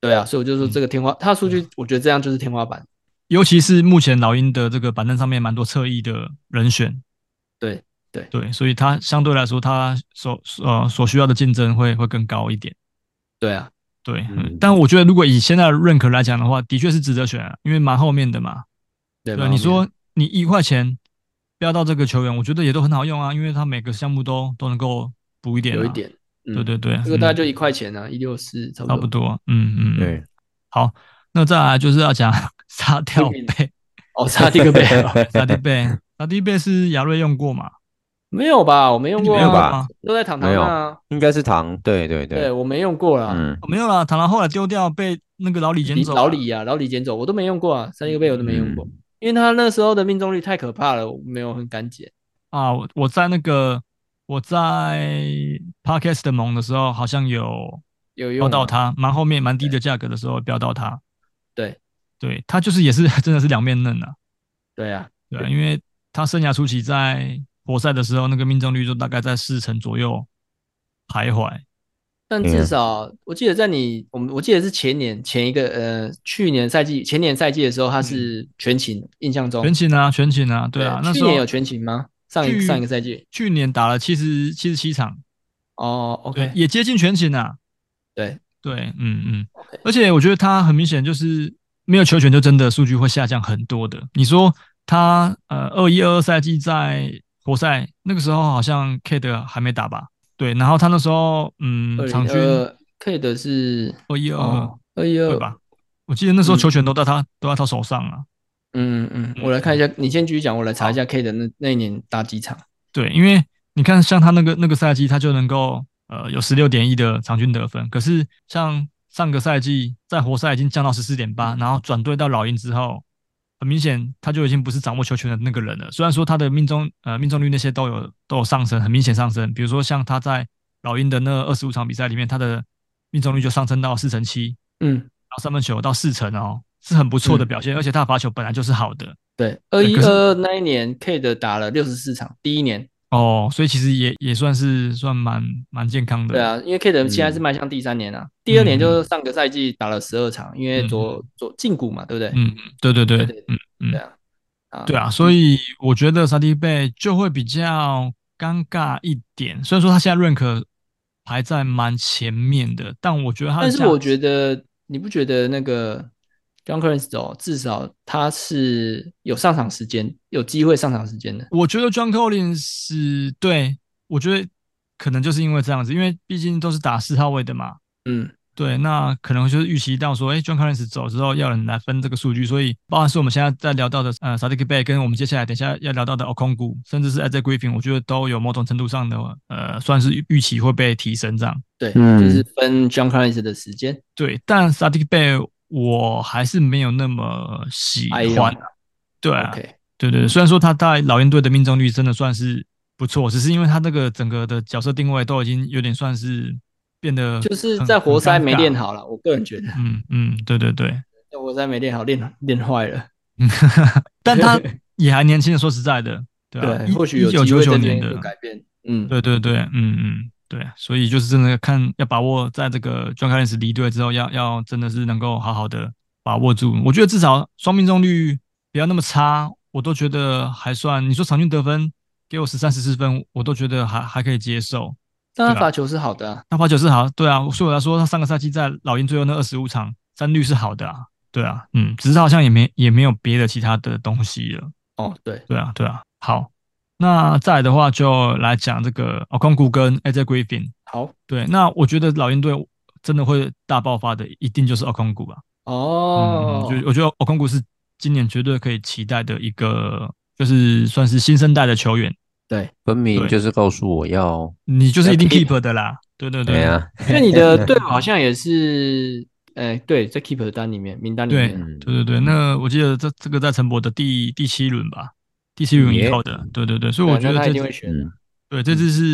Speaker 2: 对啊，所以我就说
Speaker 3: 嗯
Speaker 2: 这个天花，他的数据我觉得这样就是天花板。
Speaker 3: 尤其是目前老鹰的这个板凳上面蛮多侧翼的人选，
Speaker 2: 对对
Speaker 3: 对，所以他相对来说他所呃所需要的竞争会会更高一点。
Speaker 2: 对啊，
Speaker 3: 对，
Speaker 1: 嗯
Speaker 3: 但我觉得如果以现在的认可来讲的话，的确是值得选、啊，因为蛮后面的嘛。
Speaker 2: 对
Speaker 3: 对啊，
Speaker 2: 蛮
Speaker 3: 你
Speaker 2: 后面
Speaker 3: 说你一块钱标到这个球员，我觉得也都很好用啊，因为他每个项目都都能够补一点、啊
Speaker 2: 有一，点，嗯
Speaker 3: 对对对，
Speaker 2: 这个大概就
Speaker 3: 嗯
Speaker 2: 一块钱啊，一六四差
Speaker 3: 差
Speaker 2: 不
Speaker 3: 不
Speaker 2: 多。
Speaker 3: 多，嗯嗯，嗯。
Speaker 1: 对，
Speaker 3: 好，那再来就是要讲 沙雕贝，
Speaker 2: 哦，差这个没有，
Speaker 3: 沙迪贝， 沙迪贝是亚瑞用过嘛？
Speaker 2: 没有吧？我没用过、啊，
Speaker 3: 没有吧？
Speaker 2: 都在糖糖那、啊。
Speaker 1: 应该是糖，对对
Speaker 2: 对
Speaker 1: 对，
Speaker 2: 我没用过啦。
Speaker 1: 嗯，
Speaker 3: 哦没有啦，螳螂后来丢掉，被那个老李捡
Speaker 2: 李
Speaker 3: 走。嗯
Speaker 2: 老李啊，老李捡走，我都没用过啊，三个倍我都没
Speaker 1: 嗯
Speaker 2: 用过，因为他那时候的命中率太可怕了，我没有很敢捡。
Speaker 3: 啊，我我在那个我在 Podcast 的盟的时候，好像有
Speaker 2: 有
Speaker 3: 标
Speaker 2: 用啊
Speaker 3: 到
Speaker 2: 吗，
Speaker 3: 他，蛮后面蛮低的价格的时候标到他。
Speaker 2: 对
Speaker 3: 对他就是也是 真的是两面刃啊，
Speaker 2: 对啊，
Speaker 3: 对啊，因为他生涯初期在活塞的时候，那个命中率就大概在四成左右徘徊。
Speaker 2: 但
Speaker 1: 对
Speaker 3: 嗯
Speaker 1: 啊
Speaker 2: 至少我记得在你我们我记得是前年前一个呃去年赛季前年赛季的时候他是全勤，印象中
Speaker 3: 嗯全勤啊，全勤啊，对啊，那
Speaker 2: 去
Speaker 3: 时候
Speaker 2: 年有全勤吗？上一
Speaker 3: 去
Speaker 2: 上一个赛季
Speaker 3: 去年打了七十七十七场，
Speaker 2: 哦，OK，
Speaker 3: 对，也接近全勤啊。
Speaker 2: 对
Speaker 3: 对，嗯嗯
Speaker 2: OK，
Speaker 3: 而且我觉得他很明显就是没有球权，就真的数据会下降很多的。你说他呃二一二二赛季在活塞那个时候好像 K 的还没打吧？对，然后他那时候嗯场均
Speaker 2: 二 K 的是
Speaker 3: 二一二二
Speaker 2: 哦二一二
Speaker 3: 对吧？我记得那时候
Speaker 2: 嗯
Speaker 3: 球权都在他、都在他手上啊。
Speaker 2: 嗯嗯，我来看一下，你先继续讲，我来查一下 K 的那那一年打几场。
Speaker 3: 对，因为你看像他那个那个赛季，他就能够呃有十六点一的场均得分，可是像上个赛季在活塞已经降到十四点八，然后转队到老鹰之后，很明显他就已经不是掌握球权的那个人了。虽然说他的命中呃命中率那些都有都有上升，很明显上升。比如说像他在老鹰的那二十五场比赛里面，他的命中率就上升到四成七，然
Speaker 2: 嗯，
Speaker 3: 后三分球到四成哦，是很不错的
Speaker 2: 嗯
Speaker 3: 表现，而且他的罚球本来就是好的。
Speaker 2: 对，二一
Speaker 3: 可是
Speaker 2: 二那一年 K 的打了六十四场，第一年。
Speaker 3: 哦，所以其实也也算是算蛮蛮健康的。
Speaker 2: 对啊，因为 K 的
Speaker 3: 嗯
Speaker 2: 现在是迈向第三年啊，第二年就是上个赛季打了十二场，因为左左胫骨嘛，对不对？
Speaker 3: 嗯，对对对
Speaker 2: 对对，
Speaker 3: 嗯，
Speaker 2: 对啊，啊
Speaker 3: 对啊，所以我觉得沙迪贝就会比较尴尬一点。虽然说他现在认可排在蛮前面的，但我觉得他
Speaker 2: 但
Speaker 3: 的
Speaker 2: 是
Speaker 3: 价
Speaker 2: 我觉得你不觉得那个 John Collins 走，至少他是有上场时间，有机会上场时间的。
Speaker 3: 我觉得 John Collins 对我觉得可能就是因为这样子，因为毕竟都是打四号位的嘛。
Speaker 2: 嗯，
Speaker 3: 对，那可能就是预期到说，哎，John Collins 走之后要有人来分这个数据，所以包含是我们现在在聊到的呃 Sadiq Bay，跟我们接下来等一下要聊到的 Okongu，甚至是 a z e Griffin，我觉得都有某种程度上的呃，算是预预期会被提升这样。
Speaker 2: 对，
Speaker 1: 嗯
Speaker 2: 就是分 John Collins 的时间。
Speaker 3: 对，但 Sadiq Bay 我还是没有那么喜
Speaker 2: 哎呦
Speaker 3: 欢。对啊、
Speaker 2: OK，
Speaker 3: 对对对，虽然说他在老鹰队的命中率真的算是不错，只是因为他那个整个的角色定位都已经有点算是变得
Speaker 2: 就是
Speaker 3: 很
Speaker 2: 在活塞没练。
Speaker 3: 很尴尬
Speaker 2: 好了，我个人觉得
Speaker 3: 嗯嗯，对对对，
Speaker 2: 在活塞没练好，练练坏了。
Speaker 3: 但 他也还年轻的，说实在的，对啊，
Speaker 2: 对，或许有
Speaker 3: 一九
Speaker 2: 机
Speaker 3: 九
Speaker 2: 会
Speaker 3: 九
Speaker 2: 这
Speaker 3: 年
Speaker 2: 边
Speaker 3: 的
Speaker 2: 有，改变。嗯，
Speaker 3: 对对对，嗯嗯，对，所以就是真的看要把握在这个 John Collins 离队之后，要要真的是能够好好的把握住。我觉得至少双命中率不要那么差，我都觉得还算。你说场均得分给我十三十四分，我都觉得还还可以接受。
Speaker 2: 但
Speaker 3: 对啊
Speaker 2: 他罚球是好的啊。
Speaker 3: 那罚球是好，对啊，所以我来说，他上个赛季在老鹰最后那二十五场三率是好的啊，对啊，嗯，只是好像也没也没有别的其他的东西了。
Speaker 2: 哦，对，
Speaker 3: 对啊，对啊。好，那再来的话就来讲这个 o k o n g u 跟 AJ Griffin。
Speaker 2: 好
Speaker 3: 对，那我觉得老鹰队真的会大爆发的，一定就是 o k o n g u 吧。
Speaker 2: 哦，
Speaker 3: 嗯，就我觉得 o k o n g u 是今年绝对可以期待的一个，就是算是新生代的球员。
Speaker 2: 对，
Speaker 1: 分明
Speaker 3: 对
Speaker 1: 就是告诉我要
Speaker 3: 你就是一定
Speaker 1: 要 keep
Speaker 3: keep 的啦。对对
Speaker 1: 对
Speaker 3: 对，
Speaker 1: 啊，
Speaker 2: 因为你 的队友好像也是，哎，对，在 keeper 的单里面名单里
Speaker 3: 对
Speaker 2: 面，
Speaker 1: 嗯
Speaker 3: 对对对，那我记得这这个在陈博的第第七轮吧，第七轮以
Speaker 1: 耶
Speaker 3: 后的，对对对，所以
Speaker 2: 对啊
Speaker 3: 我觉
Speaker 2: 那
Speaker 3: 得
Speaker 2: 他
Speaker 3: 这
Speaker 2: 一定会选的。
Speaker 1: 嗯，
Speaker 3: 对这次是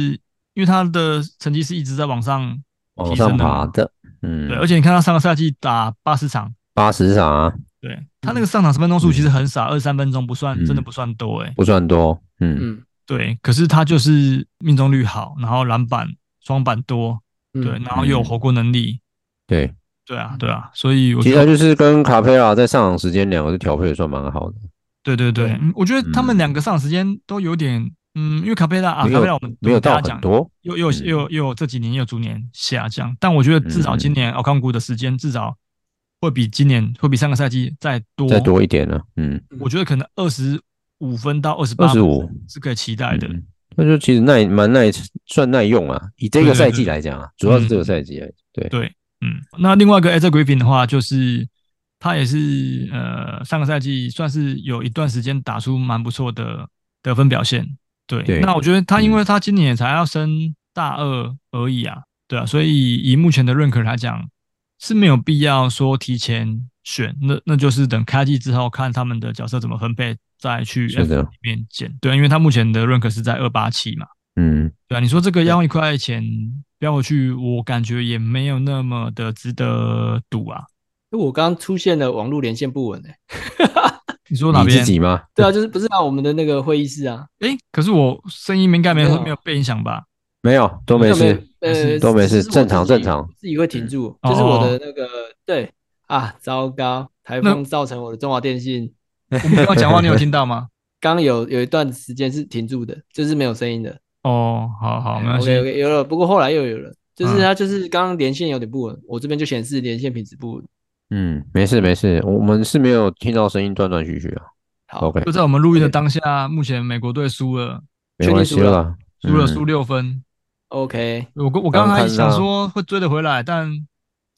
Speaker 3: 因为他的成绩是一直在往上
Speaker 1: 往
Speaker 3: 提
Speaker 1: 上
Speaker 3: 升的嘛
Speaker 1: 爬的，嗯
Speaker 3: 对，，而且你看他上个赛季打八十场，
Speaker 1: 八十场啊
Speaker 3: 对他那个上场十分钟数其实很少，二三分钟不算，
Speaker 1: 嗯
Speaker 3: 真的不算多诶、欸
Speaker 1: 不算多，嗯，
Speaker 2: 嗯，
Speaker 3: 对，可是他就是命中率好，然后篮板、双板多，
Speaker 2: 嗯
Speaker 3: 对，然后又有火锅能力，
Speaker 1: 对，
Speaker 3: 对啊，对啊，所以我
Speaker 1: 嗯其
Speaker 3: 觉
Speaker 1: 实他
Speaker 3: 得，
Speaker 1: 就是跟卡佩拉在上场时间两个是调配的算蛮好的，
Speaker 3: 对对对，
Speaker 2: 对
Speaker 3: 嗯我觉得他们两个上场时间都有点，嗯，因为卡佩拉啊，
Speaker 1: 没
Speaker 3: 卡佩拉
Speaker 1: 有
Speaker 3: 我们
Speaker 1: 没有
Speaker 3: 大
Speaker 1: 到
Speaker 3: 家讲，
Speaker 1: 很多，
Speaker 3: 又又
Speaker 1: 嗯
Speaker 3: 又又这几年又逐年下降，但我觉得至少今年奥康古的时间至少会比今年会比上个赛季再多
Speaker 1: 再多一点呢，嗯，
Speaker 3: 我觉得可能二十五分到二十八
Speaker 1: 25
Speaker 3: 是可以期待的。
Speaker 1: 嗯那就其实耐蛮耐算耐用啊，以这
Speaker 3: 对对
Speaker 1: 个
Speaker 3: 嗯
Speaker 1: 赛
Speaker 3: 对
Speaker 1: 季来讲啊，主要是这个赛季来讲，对，
Speaker 3: 对，嗯，那另外一个 a z Griffin 的话，就是他也是呃上个赛季算是有一段时间打出蛮不错的得分表现。对，
Speaker 1: 对
Speaker 3: 那我觉得他因为他今年也才要升大二而已啊，对啊，所以以目前的认可来讲是没有必要说提前选，那那就是等开季之后看他们的角色怎么分配再去
Speaker 1: 是
Speaker 3: F
Speaker 1: 的
Speaker 3: 里面见。对啊，因为他目前的认可是在二八七嘛。
Speaker 1: 嗯，
Speaker 3: 对啊，你说这个要一块钱标回去，我感觉也没有那么的值得赌啊。
Speaker 2: 因为我刚刚出现了网络连线不稳哎、
Speaker 3: 你说哪
Speaker 1: 你自
Speaker 3: 边？
Speaker 1: 己吗？
Speaker 2: 对啊，就是不是啊，我们的那个会议室啊，
Speaker 3: 哎，可是我声音应该没
Speaker 2: 没
Speaker 3: 有
Speaker 1: 啊
Speaker 2: 有
Speaker 3: 没有被影响吧？
Speaker 1: 没有，都没事，嗯
Speaker 2: 呃，
Speaker 1: 都没事
Speaker 2: 只是我
Speaker 1: 正常
Speaker 2: 自
Speaker 1: 正
Speaker 2: 己
Speaker 1: 常，
Speaker 2: 自己会停住，
Speaker 3: 嗯
Speaker 2: 就是
Speaker 3: 哦
Speaker 2: 我的那个对啊，糟糕，台风造成我的中华电信
Speaker 3: 我们刚刚讲话你有听到吗？
Speaker 2: 刚有有一段时间是停住的，就是没有声音的。
Speaker 3: 哦，好好，没关系。
Speaker 2: OK OK，有了，不过后来又有了，就是
Speaker 3: 嗯
Speaker 2: 它就是刚刚连线有点不稳，我这边就显示连线品质不稳。
Speaker 1: 嗯，没事没事，我们是没有听到声音断断续续啊
Speaker 2: 好，
Speaker 1: ，OK，
Speaker 3: 就在我们录音的当下，目前美国队输了，
Speaker 1: 没关系了啦，
Speaker 3: 输了
Speaker 1: 嗯
Speaker 3: 输六分。
Speaker 2: OK，
Speaker 3: 我我刚刚还想说会追得回来，但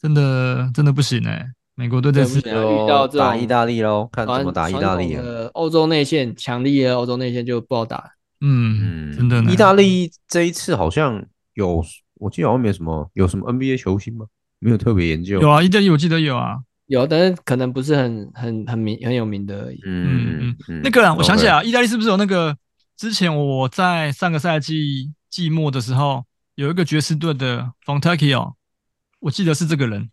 Speaker 3: 真的真的不行哎，美国队这次
Speaker 2: 对不行啊遇到这种
Speaker 1: 打意大利喽，看
Speaker 2: 传
Speaker 1: 怎么打意大利啊。
Speaker 2: 传统的欧洲内线强力的欧洲内线就不好打。
Speaker 3: 嗯，
Speaker 1: 嗯，
Speaker 3: 真的呢
Speaker 1: 意大利这一次好像有，我记得好像没有什么，有什么 NBA 球星吗？没有特别研究。
Speaker 3: 有啊，意大利我记得有啊。
Speaker 2: 有，但是可能不是很很很名很有名的而已。
Speaker 3: 嗯
Speaker 1: 嗯，嗯嗯，
Speaker 3: 那个啦，我想起来
Speaker 1: OK，
Speaker 3: 啊，意大利是不是有那个？之前我在上个赛季季末的时候，有一个爵士队的 Fontecchio，我记得是这个人。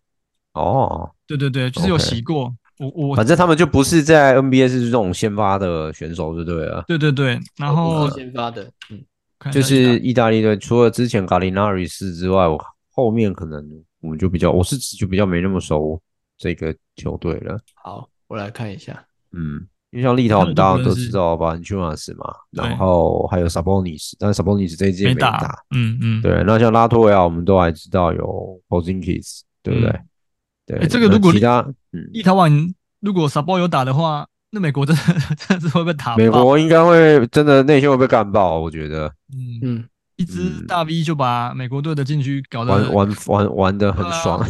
Speaker 1: 哦，
Speaker 3: 对对对，就是有
Speaker 1: OK
Speaker 3: 洗过。我我
Speaker 1: 反正他们就不是在 NBA 是这种先发的选手，就对了。
Speaker 3: 对对对，然后
Speaker 2: 我是先发的，嗯，
Speaker 3: 看一下
Speaker 1: 就是意大利队，除了之前 g a l i n a r i 是之外，我后面可能我们就比较，我是就比较没那么熟这个球队了。
Speaker 2: 好，我来看一下。
Speaker 1: 嗯，因为像立陶
Speaker 3: 他
Speaker 1: 宛
Speaker 3: 们
Speaker 1: 大
Speaker 3: 就
Speaker 1: 家
Speaker 3: 不
Speaker 1: 都
Speaker 3: 认识
Speaker 1: 知道吧 a n c h u a s 嘛，
Speaker 3: 对
Speaker 1: 然后还有 Sabonis，但是 Sabonis 这一届
Speaker 3: 没
Speaker 1: 没打。
Speaker 3: 打，嗯嗯，
Speaker 1: 对，那像拉脱维亚，我们都还知道有 Porzingis，对不对？
Speaker 3: 嗯
Speaker 1: 对，
Speaker 3: 诶这个
Speaker 1: 那
Speaker 3: 如果
Speaker 1: 其
Speaker 3: 你
Speaker 1: 他嗯，
Speaker 3: 立陶宛如果 s a b o 有打的话，那美国真的真的是会被打爆。
Speaker 1: 美国应该会真的内线会被干爆，我觉得。
Speaker 3: 嗯，
Speaker 2: 嗯，
Speaker 3: 一支大 V 就把美国队的禁区搞得
Speaker 1: 玩玩玩玩的很爽，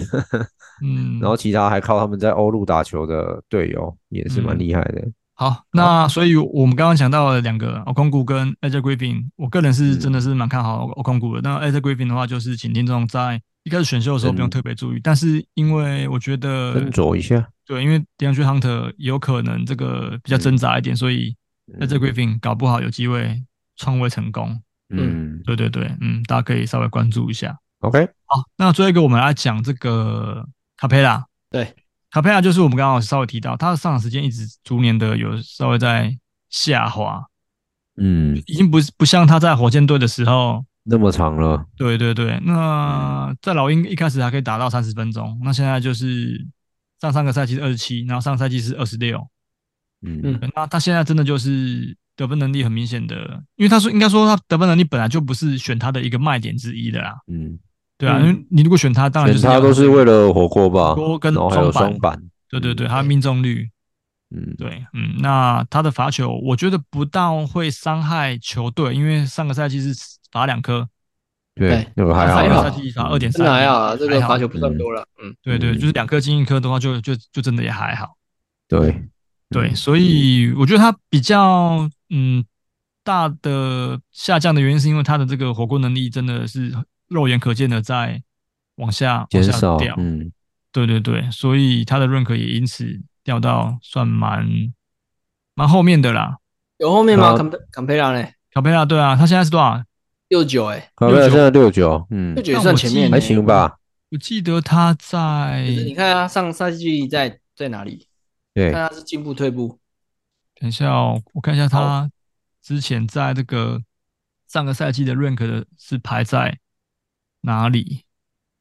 Speaker 3: 嗯，
Speaker 1: 然后其他还靠他们在欧陆打球的队友也是蛮
Speaker 3: 嗯
Speaker 1: 厉害的。
Speaker 3: 好，那所以我们刚刚讲到了两个 o k o n g u 跟 AJ Griffin，我个人是
Speaker 1: 嗯
Speaker 3: 真的是蛮看好 o k o n g u 的。那 AJ Griffin 的话，就是请听众在一开始选秀的时候不用
Speaker 1: 嗯
Speaker 3: 特别注意，但是因为我觉得
Speaker 1: 斟酌一下，
Speaker 3: 对，因为 DeAndre Hunter 有可能这个比较挣扎一点，所以 AJ Griffin 搞不好有机会创卫成功。
Speaker 1: 嗯
Speaker 3: 对对对，嗯，大家可以稍微关注一下。
Speaker 1: ，OK，
Speaker 3: 好，那最后一个我们来讲这个卡佩拉。
Speaker 2: 对，
Speaker 3: 卡佩拉就是我们刚刚有稍微提到，他的上场时间一直逐年的有稍微在下滑，
Speaker 1: 嗯，
Speaker 3: 已经不是不像他在火箭队的时候。
Speaker 1: 那么长了，
Speaker 3: 对对对，
Speaker 1: 嗯
Speaker 3: 那在老鹰一开始还可以打到三十分钟，那现在就是上上个赛季是二十七，然后上赛季是二十六，
Speaker 1: 嗯
Speaker 2: 嗯
Speaker 3: 那他现在真的就是得分能力很明显的，因为他说应该说他得分能力本来就不是选他的一个卖点之一的啦，
Speaker 1: 嗯，
Speaker 3: 对啊，
Speaker 2: 嗯
Speaker 3: 因为你如果选他，当然
Speaker 1: 全
Speaker 3: 就是
Speaker 1: 他
Speaker 3: 要
Speaker 1: 都是为了火锅吧，
Speaker 3: 火锅跟
Speaker 1: 然后还有
Speaker 3: 双板
Speaker 1: 双板，
Speaker 3: 对对对，
Speaker 1: 嗯
Speaker 3: 他的命中率，
Speaker 1: 嗯，
Speaker 3: 对，嗯，那他的罚球，我觉得不到会伤害球队，因为上个赛季是罚两颗，
Speaker 1: 对
Speaker 2: 对，
Speaker 1: 那个还好
Speaker 3: 上
Speaker 2: 还
Speaker 3: 个
Speaker 2: 好
Speaker 3: 赛
Speaker 1: 啦，
Speaker 3: 季罚二点
Speaker 2: 真
Speaker 3: 三，
Speaker 2: 的还好啊，这个
Speaker 3: 还好
Speaker 2: 罚球不算多了，嗯，
Speaker 3: 对对，
Speaker 1: 嗯
Speaker 3: 就是两颗进一颗的话就，就就真的也还好，
Speaker 1: 对
Speaker 3: 对，
Speaker 2: 嗯
Speaker 3: 所以我觉得他比较嗯大的下降的原因，是因为他的这个火锅能力真的是肉眼可见的在往下往
Speaker 1: 减
Speaker 3: 下
Speaker 1: 少
Speaker 3: 掉，，
Speaker 1: 嗯
Speaker 3: 对对对，所以他的认可也因此掉到算蛮蛮后面的啦。
Speaker 2: 有后面
Speaker 1: 好
Speaker 2: 吗？坎佩坎佩拉呢？
Speaker 3: 卡佩拉对啊，他现在是多少？
Speaker 2: 六九哎，
Speaker 1: 卡佩尔现在六九，嗯
Speaker 2: 六，九也算前
Speaker 3: 但
Speaker 2: 面欸，
Speaker 3: 我
Speaker 1: 还行吧，
Speaker 3: 我记得他在
Speaker 2: 可是你看啊，上赛季在在哪里？
Speaker 1: 对
Speaker 2: 看，
Speaker 3: 呃
Speaker 2: 他是进步退步，
Speaker 3: 等一下哦，我看一下他之前在这个上个赛季的 rank 的是排在哪里？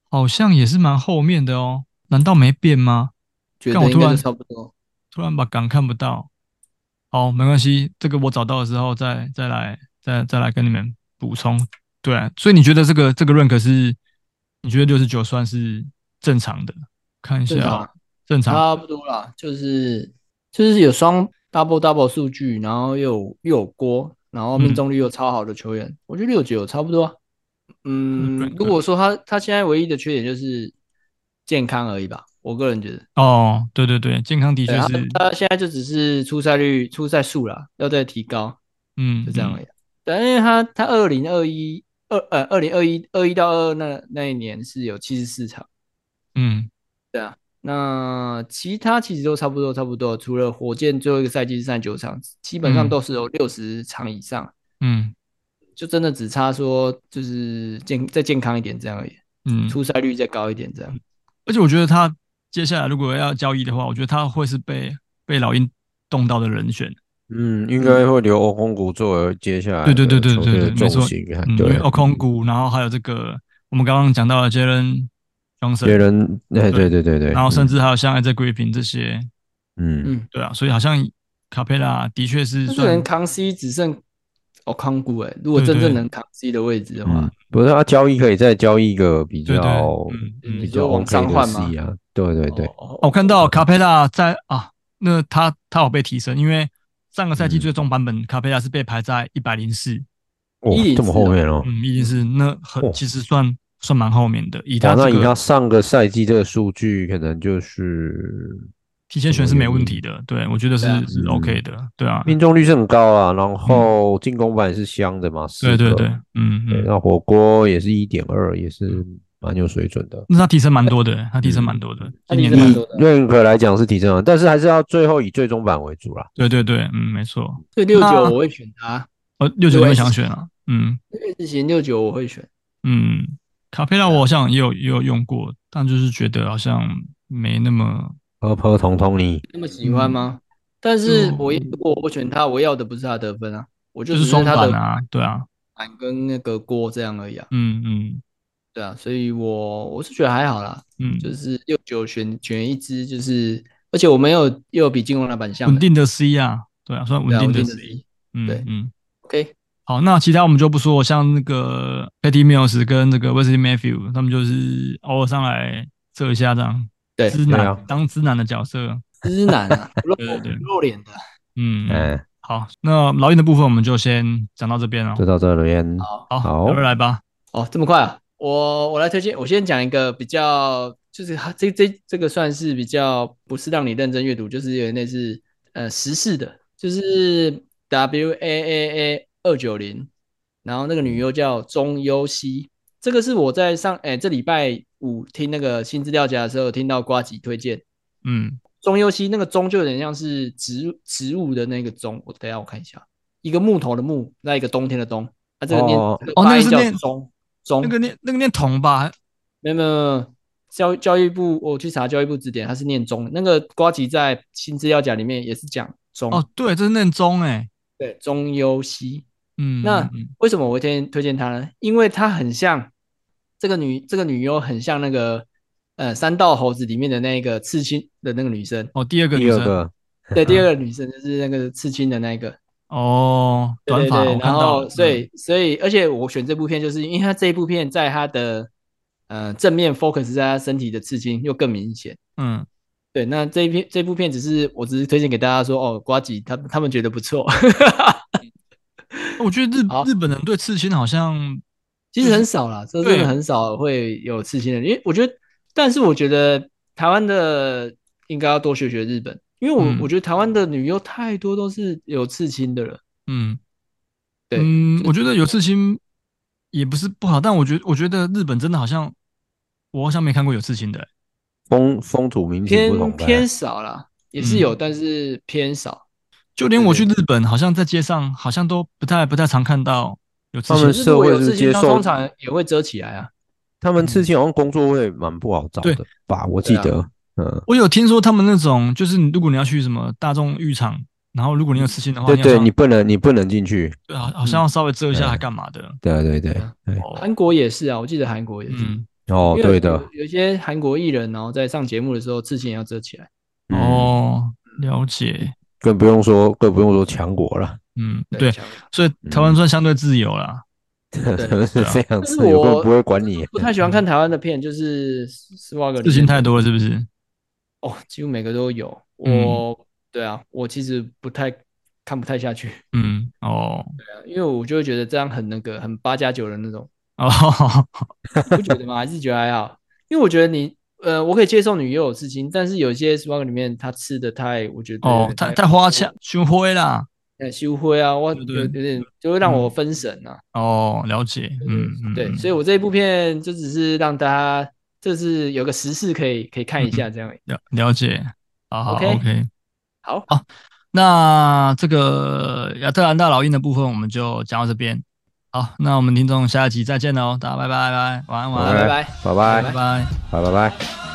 Speaker 3: 好像也是蛮后面的哦。难道没变吗？
Speaker 2: 觉
Speaker 3: 但我
Speaker 2: 得
Speaker 3: 突
Speaker 2: 应该
Speaker 3: 然
Speaker 2: 就差不多。
Speaker 3: 突然把港看不到。好，没关系，这个我找到的时候再再来再再来跟你们补充。对啊、所以你觉得这个这个 rank 是你觉得六十九算是正常的？看一下
Speaker 2: 正常
Speaker 3: 哦
Speaker 2: 啊，
Speaker 3: 正常
Speaker 2: 差不多啦，就是就是有双 double double 数据，然后又有又有锅，然后
Speaker 3: 嗯
Speaker 2: 命中率又超好的球员，我觉得六九差不多啊。
Speaker 3: 对
Speaker 2: 嗯
Speaker 3: 对，
Speaker 2: 如果说他他现在唯一的缺点就是健康而已吧，我个人觉得。
Speaker 3: 哦。对对对，健康的确
Speaker 2: 对他啊
Speaker 3: 是，
Speaker 2: 他现在就只是出赛率、出赛数啦，要再提高，
Speaker 3: 嗯，
Speaker 2: 就这样
Speaker 3: 嗯
Speaker 2: 而已。对，因为他他二零二一二呃二零二一二一到二二那那一年是有七十四场。
Speaker 3: 嗯，
Speaker 2: 那其他其实都差不多，差不多，除了火箭最后一个赛季是三十九场，基本上
Speaker 3: 嗯
Speaker 2: 都是有六十场以上，
Speaker 3: 嗯
Speaker 2: 就真的只差说就是健再健康一点这样而已，
Speaker 3: 嗯，
Speaker 2: 出赛率再高一点这样。
Speaker 3: 而且我觉得他接下来如果要交易的话，我觉得他会是被被老鹰动到的人选。
Speaker 1: 嗯，应该会留欧空谷作为接下来
Speaker 3: 对对对对
Speaker 1: 的球
Speaker 3: 对
Speaker 1: 队
Speaker 3: 对，
Speaker 1: 的
Speaker 3: 没错
Speaker 1: 啊重心，
Speaker 3: 嗯，因
Speaker 1: 对
Speaker 3: 为，奥空谷，然后还有这个我们刚刚讲到的 Jalen
Speaker 1: 别
Speaker 3: Johnson，
Speaker 1: 人，哎，对对对对，
Speaker 3: 然后甚
Speaker 1: 嗯
Speaker 3: 至还有像 AJ Griffin 这些，
Speaker 1: 嗯，
Speaker 2: 嗯，
Speaker 3: 对啊，所以好像卡佩拉的确是
Speaker 2: 那这个人
Speaker 3: 算
Speaker 2: 扛 C 只剩哦康古哎，如果
Speaker 3: 对
Speaker 2: 真
Speaker 3: 对
Speaker 2: 正能扛 C 的位置的话
Speaker 1: 嗯，，不是他交易可以再交易一个比
Speaker 3: 对对，
Speaker 1: 较
Speaker 3: 嗯
Speaker 2: 嗯
Speaker 3: 嗯
Speaker 1: 比
Speaker 2: 你。
Speaker 1: 较
Speaker 2: 说往
Speaker 1: OK
Speaker 2: 上
Speaker 1: 的
Speaker 2: 换吗
Speaker 1: C 啊，对对对，
Speaker 2: 哦，
Speaker 3: 我看到卡佩拉在啊，那他他有被提升，因为上个赛季
Speaker 1: 嗯
Speaker 3: 最终版本卡佩拉是被排在一百零四，
Speaker 1: 哇，
Speaker 2: 104
Speaker 1: 这么后面哦，
Speaker 3: 嗯，已经是那很
Speaker 1: 哦
Speaker 3: 其实算算蛮后面的，以
Speaker 1: 哇
Speaker 2: 哦
Speaker 3: 他这
Speaker 1: 那以他
Speaker 3: 个
Speaker 1: 上个赛季这个数据，可能就是
Speaker 3: 提前选是没问题的，对我觉得是
Speaker 2: 对啊
Speaker 3: 是 OK 的，对啊，
Speaker 1: 命中率是很高啊，然后进攻板也是香的嘛，四
Speaker 3: 嗯对对
Speaker 1: 个
Speaker 3: 对，嗯
Speaker 1: 对，
Speaker 3: 嗯，
Speaker 1: 那火锅也是一点二，也是蛮有水准的。
Speaker 3: 那他提升蛮多的，他提升蛮多的，
Speaker 2: 嗯他
Speaker 3: 今
Speaker 2: 提
Speaker 3: 年
Speaker 2: 升蛮
Speaker 3: 的
Speaker 2: 多的
Speaker 1: 认可来讲是提升了，啊但是还是要最后以最终版为主啦。
Speaker 3: 对对对，嗯，没错，
Speaker 2: 所以六
Speaker 3: 那
Speaker 2: 九我会选他，
Speaker 3: 呃，六九
Speaker 2: 对
Speaker 3: 会想选啊，嗯
Speaker 2: 日行六九我会选，
Speaker 3: 嗯，卡佩拉
Speaker 2: 啊
Speaker 3: 我好像也有也有用过，但就是觉得好像没那么，
Speaker 1: 和和同同你，
Speaker 2: 那么喜
Speaker 3: 嗯
Speaker 2: 欢吗？但是
Speaker 3: 就
Speaker 2: 我如果我不选他，我要的不是他得分啊，我
Speaker 3: 嗯
Speaker 2: 就
Speaker 3: 就
Speaker 2: 只
Speaker 3: 是双
Speaker 2: 他
Speaker 3: 板
Speaker 2: 的
Speaker 3: 啊，对啊，
Speaker 2: 板跟那个锅这样而已啊。
Speaker 3: 嗯嗯
Speaker 2: 对啊，所以我我是觉得还好啦，
Speaker 3: 嗯，
Speaker 2: 就是六九选选一支，就是而且我们又又有比进攻篮板项
Speaker 3: 稳定的 C 啊，对啊，算
Speaker 2: 对
Speaker 3: 稳
Speaker 2: 啊
Speaker 3: 定的
Speaker 2: 稳
Speaker 3: C，
Speaker 2: C
Speaker 3: 嗯
Speaker 2: 对
Speaker 3: 嗯。
Speaker 2: OK，
Speaker 3: 好，那其他我们就不说了，像那个 Patty Mills 跟这个 Wesley Matthew，他们就是偶尔上来射一下这样，
Speaker 2: 对，
Speaker 3: 知
Speaker 1: 对
Speaker 3: 男、
Speaker 1: 啊
Speaker 3: 当知男的角色，
Speaker 2: 直男啊，不露
Speaker 3: 对对对
Speaker 2: 不露脸的，
Speaker 3: 嗯，
Speaker 1: 嗯，
Speaker 3: 好，那老鹰的部分我们就先讲到这边了
Speaker 1: 就。到这边。
Speaker 2: 好
Speaker 3: 好，
Speaker 1: 好
Speaker 3: 二来吧。
Speaker 2: 哦，这么快啊！我我来推荐，我先讲一个比较，就是它这这这个算是比较不是让你认真阅读，就是有点类似呃时事的，就是 W A A A 二九零，然后那个女优叫中优希，这个是我在上哎、这礼拜五听那个新资料夹的时候有听到瓜吉推荐，
Speaker 3: 嗯，
Speaker 2: 中优西那个中就有点像是植植物的那个中，我等一下我看一下，一个木头的木，那一个冬天的冬，啊这个念
Speaker 1: 哦
Speaker 2: 这个
Speaker 3: 哦那
Speaker 2: 发
Speaker 3: 个
Speaker 2: 音
Speaker 3: 是
Speaker 2: 叫
Speaker 3: 念
Speaker 2: 中中，
Speaker 3: 那个念那个念桶吧，
Speaker 2: 没有没有没有教教育部我去查教育部字典，它是念中，那个瓜吉在新资料夹里面也是讲中，
Speaker 3: 哦，对，这是念中哎。
Speaker 2: 对中优西，
Speaker 3: 嗯，
Speaker 2: 那
Speaker 3: 嗯嗯
Speaker 2: 为什么我会推荐推荐她呢？因为她很像这个女这个女优很像那个呃三道猴子里面的那个刺青的那个女 生，
Speaker 3: 哦，第二个女
Speaker 1: 第二
Speaker 3: 生
Speaker 1: 个
Speaker 2: 对，第二个女生就是那个刺青的那一个。
Speaker 3: 哦，短
Speaker 2: 对
Speaker 3: 发，
Speaker 2: 对对
Speaker 3: 我看
Speaker 2: 然
Speaker 3: 到
Speaker 2: 后
Speaker 3: 了。嗯
Speaker 2: 所以所以，而且我选这部片，就是因为他这一部片在他的呃正面 focus 在他身体的刺青又更明显。
Speaker 3: 嗯，
Speaker 2: 对，那这一片这部片只是我只是推荐给大家说，哦，瓜吉他他们觉得不错，
Speaker 3: 嗯我觉得日
Speaker 2: 好
Speaker 3: 日本人对刺青好像
Speaker 2: 其实很少啦，这
Speaker 3: 对
Speaker 2: 真的很少会有刺青的人，因为我觉得，但是我觉得台湾的应该要多学学日本，因为我、
Speaker 3: 嗯
Speaker 2: 我觉得台湾的女优太多都是有刺青的了。
Speaker 3: 嗯，
Speaker 2: 对
Speaker 3: 嗯，我觉得有刺青也不是不好，但我觉得我觉得日本真的好像我好像没看过有刺青的欸、
Speaker 1: 风风土民情不同
Speaker 2: 偏
Speaker 1: 呗
Speaker 2: 偏少啦，也是
Speaker 3: 嗯
Speaker 2: 有，但是偏少。
Speaker 3: 就连我去
Speaker 2: 对
Speaker 3: 日本，好像在街上好像都不太不太常看到有刺
Speaker 1: 他
Speaker 3: 青
Speaker 1: 们
Speaker 3: 的。
Speaker 2: 就是
Speaker 1: 社
Speaker 2: 我
Speaker 1: 会
Speaker 2: 有
Speaker 1: 是
Speaker 2: 事情，
Speaker 1: 接
Speaker 2: 他
Speaker 1: 受
Speaker 2: 通常也会遮起来啊。
Speaker 1: 他们刺青好像工作会蛮不好找的
Speaker 3: 对
Speaker 1: 吧？我记
Speaker 2: 对啊哦
Speaker 1: 得，嗯，
Speaker 3: 我有听说他们那种，就是你如果你要去什么大众浴场，然后如果你有刺青的话，
Speaker 1: 对
Speaker 3: 你
Speaker 1: 对，
Speaker 3: 好像
Speaker 1: 你不能你不能进去，
Speaker 3: 对好好像要稍微遮一下，
Speaker 1: 嗯
Speaker 3: 还干嘛的？
Speaker 1: 对对对
Speaker 2: 嗯
Speaker 1: 对，
Speaker 3: 哦，
Speaker 2: 韩国也是啊，我记得韩国也是。
Speaker 3: 嗯，
Speaker 1: 哦
Speaker 2: 因
Speaker 1: 对
Speaker 2: 为
Speaker 1: 的，
Speaker 2: 有，有一些韩国艺人，然后在上节目的时候，刺青也要遮起来。
Speaker 1: 嗯，
Speaker 3: 哦，了解，
Speaker 1: 更不用说更不用说强国了，
Speaker 3: 嗯，对，
Speaker 2: 强调
Speaker 3: 所以台
Speaker 1: 嗯
Speaker 3: 湾算相对自由啦。
Speaker 1: 真的是
Speaker 3: 对啊
Speaker 1: 非常
Speaker 2: 但是
Speaker 1: 自由，根
Speaker 2: 我
Speaker 1: 本不会管你。
Speaker 2: 不太喜欢看台湾的片，就是丝袜哥
Speaker 3: 事情太多了，是不是？
Speaker 2: 哦，几乎每个都有。
Speaker 3: 嗯
Speaker 2: 我、对啊，我其实不太看不太下去，
Speaker 3: 嗯，哦，
Speaker 2: 对啊因为我就会觉得这样很那个，很八加九的那种。
Speaker 3: 哦，
Speaker 2: 不觉得吗？还是觉得还好？因为我觉得你，呃，我可以接受女优有刺青，但是有些 swag 里面她吃的太，我觉得有
Speaker 3: 哦，
Speaker 2: 点
Speaker 3: 太太花俏，熏灰啦。
Speaker 2: 呃羞灰啊，我
Speaker 3: 对
Speaker 2: 有
Speaker 3: 对
Speaker 2: 有点就会让我分神啊。
Speaker 3: 哦，了解，嗯嗯，
Speaker 2: 对，
Speaker 3: 嗯
Speaker 2: 所以我这一部片就只是让大家，这是有个时事可以可以看一下这样而已。
Speaker 3: 嗯了了解，好好
Speaker 2: OK
Speaker 3: OK。
Speaker 2: 好，
Speaker 3: 那这个亚特兰大老鹰的部分我们就讲到这边。好，那我们听众下一集再见喽，大家拜拜拜，晚安晚
Speaker 1: 好
Speaker 3: 安，
Speaker 2: 拜拜
Speaker 1: 拜拜
Speaker 3: 拜拜。
Speaker 1: 拜拜拜。